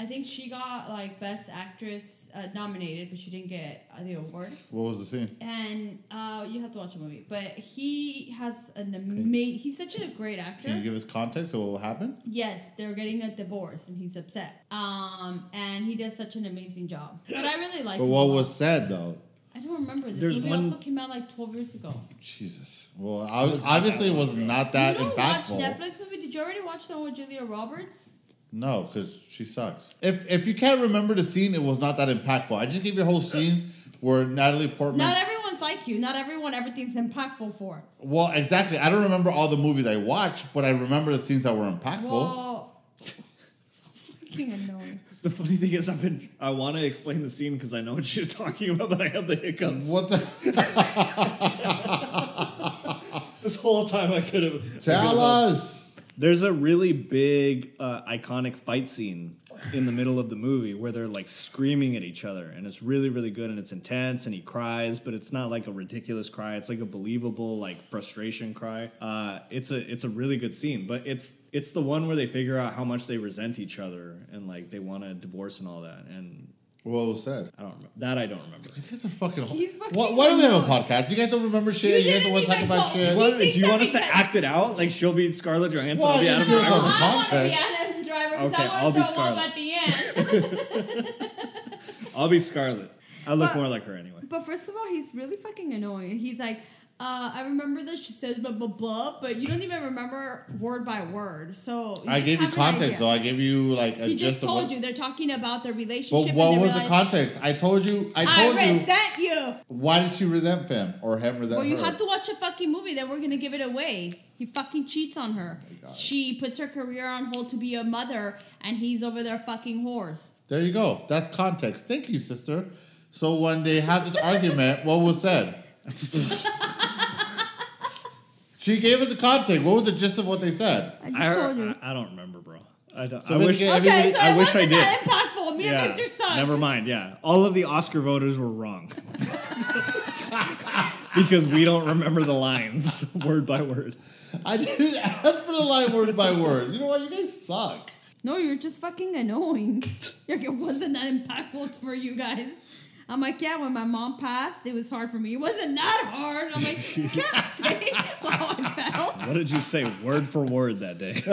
Speaker 3: I think she got like best actress uh, nominated, but she didn't get uh, the award.
Speaker 1: What was the scene?
Speaker 3: And uh, you have to watch the movie. But he has an amazing. He's such a great actor.
Speaker 1: Can you give us context of what happened?
Speaker 3: Yes, they're getting a divorce, and he's upset. Um, and he does such an amazing job. But I really like.
Speaker 1: But
Speaker 3: him a
Speaker 1: what
Speaker 3: lot.
Speaker 1: was said though?
Speaker 3: I don't remember this
Speaker 2: There's
Speaker 3: movie.
Speaker 2: one-
Speaker 3: also came out like twelve years ago.
Speaker 1: Jesus. Well, I was, obviously it was not that
Speaker 3: you don't
Speaker 1: impactful.
Speaker 3: watch Netflix movie? Did you already watch the one with Julia Roberts?
Speaker 1: No, because she sucks. If if you can't remember the scene, it was not that impactful. I just gave you a whole scene where Natalie Portman.
Speaker 3: Not everyone's like you. Not everyone everything's impactful for.
Speaker 1: well, exactly. I don't remember all the movies I watched, but I remember the scenes that were impactful.
Speaker 3: Well, [laughs] so fucking annoying.
Speaker 2: the funny thing is, I've been. I want to explain the scene because I know what she's [laughs] talking about, but I have the
Speaker 3: [laughs]
Speaker 2: hiccups.
Speaker 1: what the?
Speaker 2: This whole time I could have.
Speaker 1: Tell us.
Speaker 2: There's a really big uh, iconic fight scene in the middle of the movie where they're like screaming at each other, and it's really, really good and it's intense. And he cries, but it's not like a ridiculous cry. It's like a believable, like frustration cry. Uh, it's a it's a really good scene, but it's it's the one where they figure out how much they resent each other and like they want to divorce and all that. And
Speaker 1: What was said?
Speaker 2: I don't remember that. I don't remember.
Speaker 1: You guys are fucking.
Speaker 3: He's fucking
Speaker 1: Why- why do we have a
Speaker 3: annoying.
Speaker 1: podcast? You guys don't remember shit. You, guys don't
Speaker 3: didn't
Speaker 1: want to talk
Speaker 3: even
Speaker 1: about
Speaker 3: call-
Speaker 1: shit.
Speaker 2: What,
Speaker 3: thinks
Speaker 2: do you
Speaker 3: that
Speaker 2: want us to
Speaker 3: because-
Speaker 2: act it out? Like she'll be Scarlett Johansson,
Speaker 1: Well,
Speaker 2: I'll be
Speaker 1: you
Speaker 2: Adam
Speaker 1: know-
Speaker 3: I
Speaker 2: Driver.
Speaker 3: want to be
Speaker 1: Context.
Speaker 3: Adam Driver because I
Speaker 2: Okay, I'll
Speaker 3: want
Speaker 2: be
Speaker 3: to throw up
Speaker 2: Scarlett.
Speaker 3: at the end.
Speaker 2: I'll be Scarlett. I look
Speaker 3: But-
Speaker 2: more like her anyway.
Speaker 3: but first of all, he's really fucking annoying. He's like, uh, I remember that she says blah blah blah, but you don't even remember word by word. So
Speaker 1: I gave you context, though. I gave you like a
Speaker 3: He just
Speaker 1: gist of
Speaker 3: told
Speaker 1: what.
Speaker 3: you they're talking about their relationship. and
Speaker 1: But what
Speaker 3: they
Speaker 1: was the
Speaker 3: realize,
Speaker 1: context? I told you. I
Speaker 3: I
Speaker 1: told you.
Speaker 3: resent you.
Speaker 1: Why did she resent him or him resent
Speaker 3: Well,
Speaker 1: her?
Speaker 3: you have to watch a fucking movie, then we're gonna give it away. He fucking cheats on her.
Speaker 1: Oh God.
Speaker 3: she puts her career on hold to be a mother, and he's over there fucking whores.
Speaker 1: There you go. That's context. Thank you, sister. So when they have this argument, what was said?
Speaker 3: [laughs]
Speaker 1: she gave us the context. What was the gist of what they said?
Speaker 3: I just
Speaker 2: I,
Speaker 3: told you.
Speaker 2: I, I don't remember, bro. I don't.
Speaker 1: So
Speaker 2: I wish.
Speaker 1: basically,
Speaker 4: Okay,
Speaker 1: everybody-
Speaker 4: so
Speaker 2: I
Speaker 4: it
Speaker 2: wish I
Speaker 4: wasn't
Speaker 2: did.
Speaker 4: that impactful.
Speaker 3: Oh,
Speaker 4: Me and Victor suck.
Speaker 2: Never mind. Yeah, all of the Oscar voters were wrong [laughs] because we don't remember the lines [laughs] word by word.
Speaker 1: I didn't [laughs] ask for the line word by word. You know what? You guys suck.
Speaker 3: No, you're just fucking annoying. [laughs] Like, it wasn't that impactful for you guys. I'm like, yeah, when my mom passed, it was hard for me. It wasn't that hard. I'm like, you can't say [laughs] how I felt.
Speaker 2: What did you say word for word that day?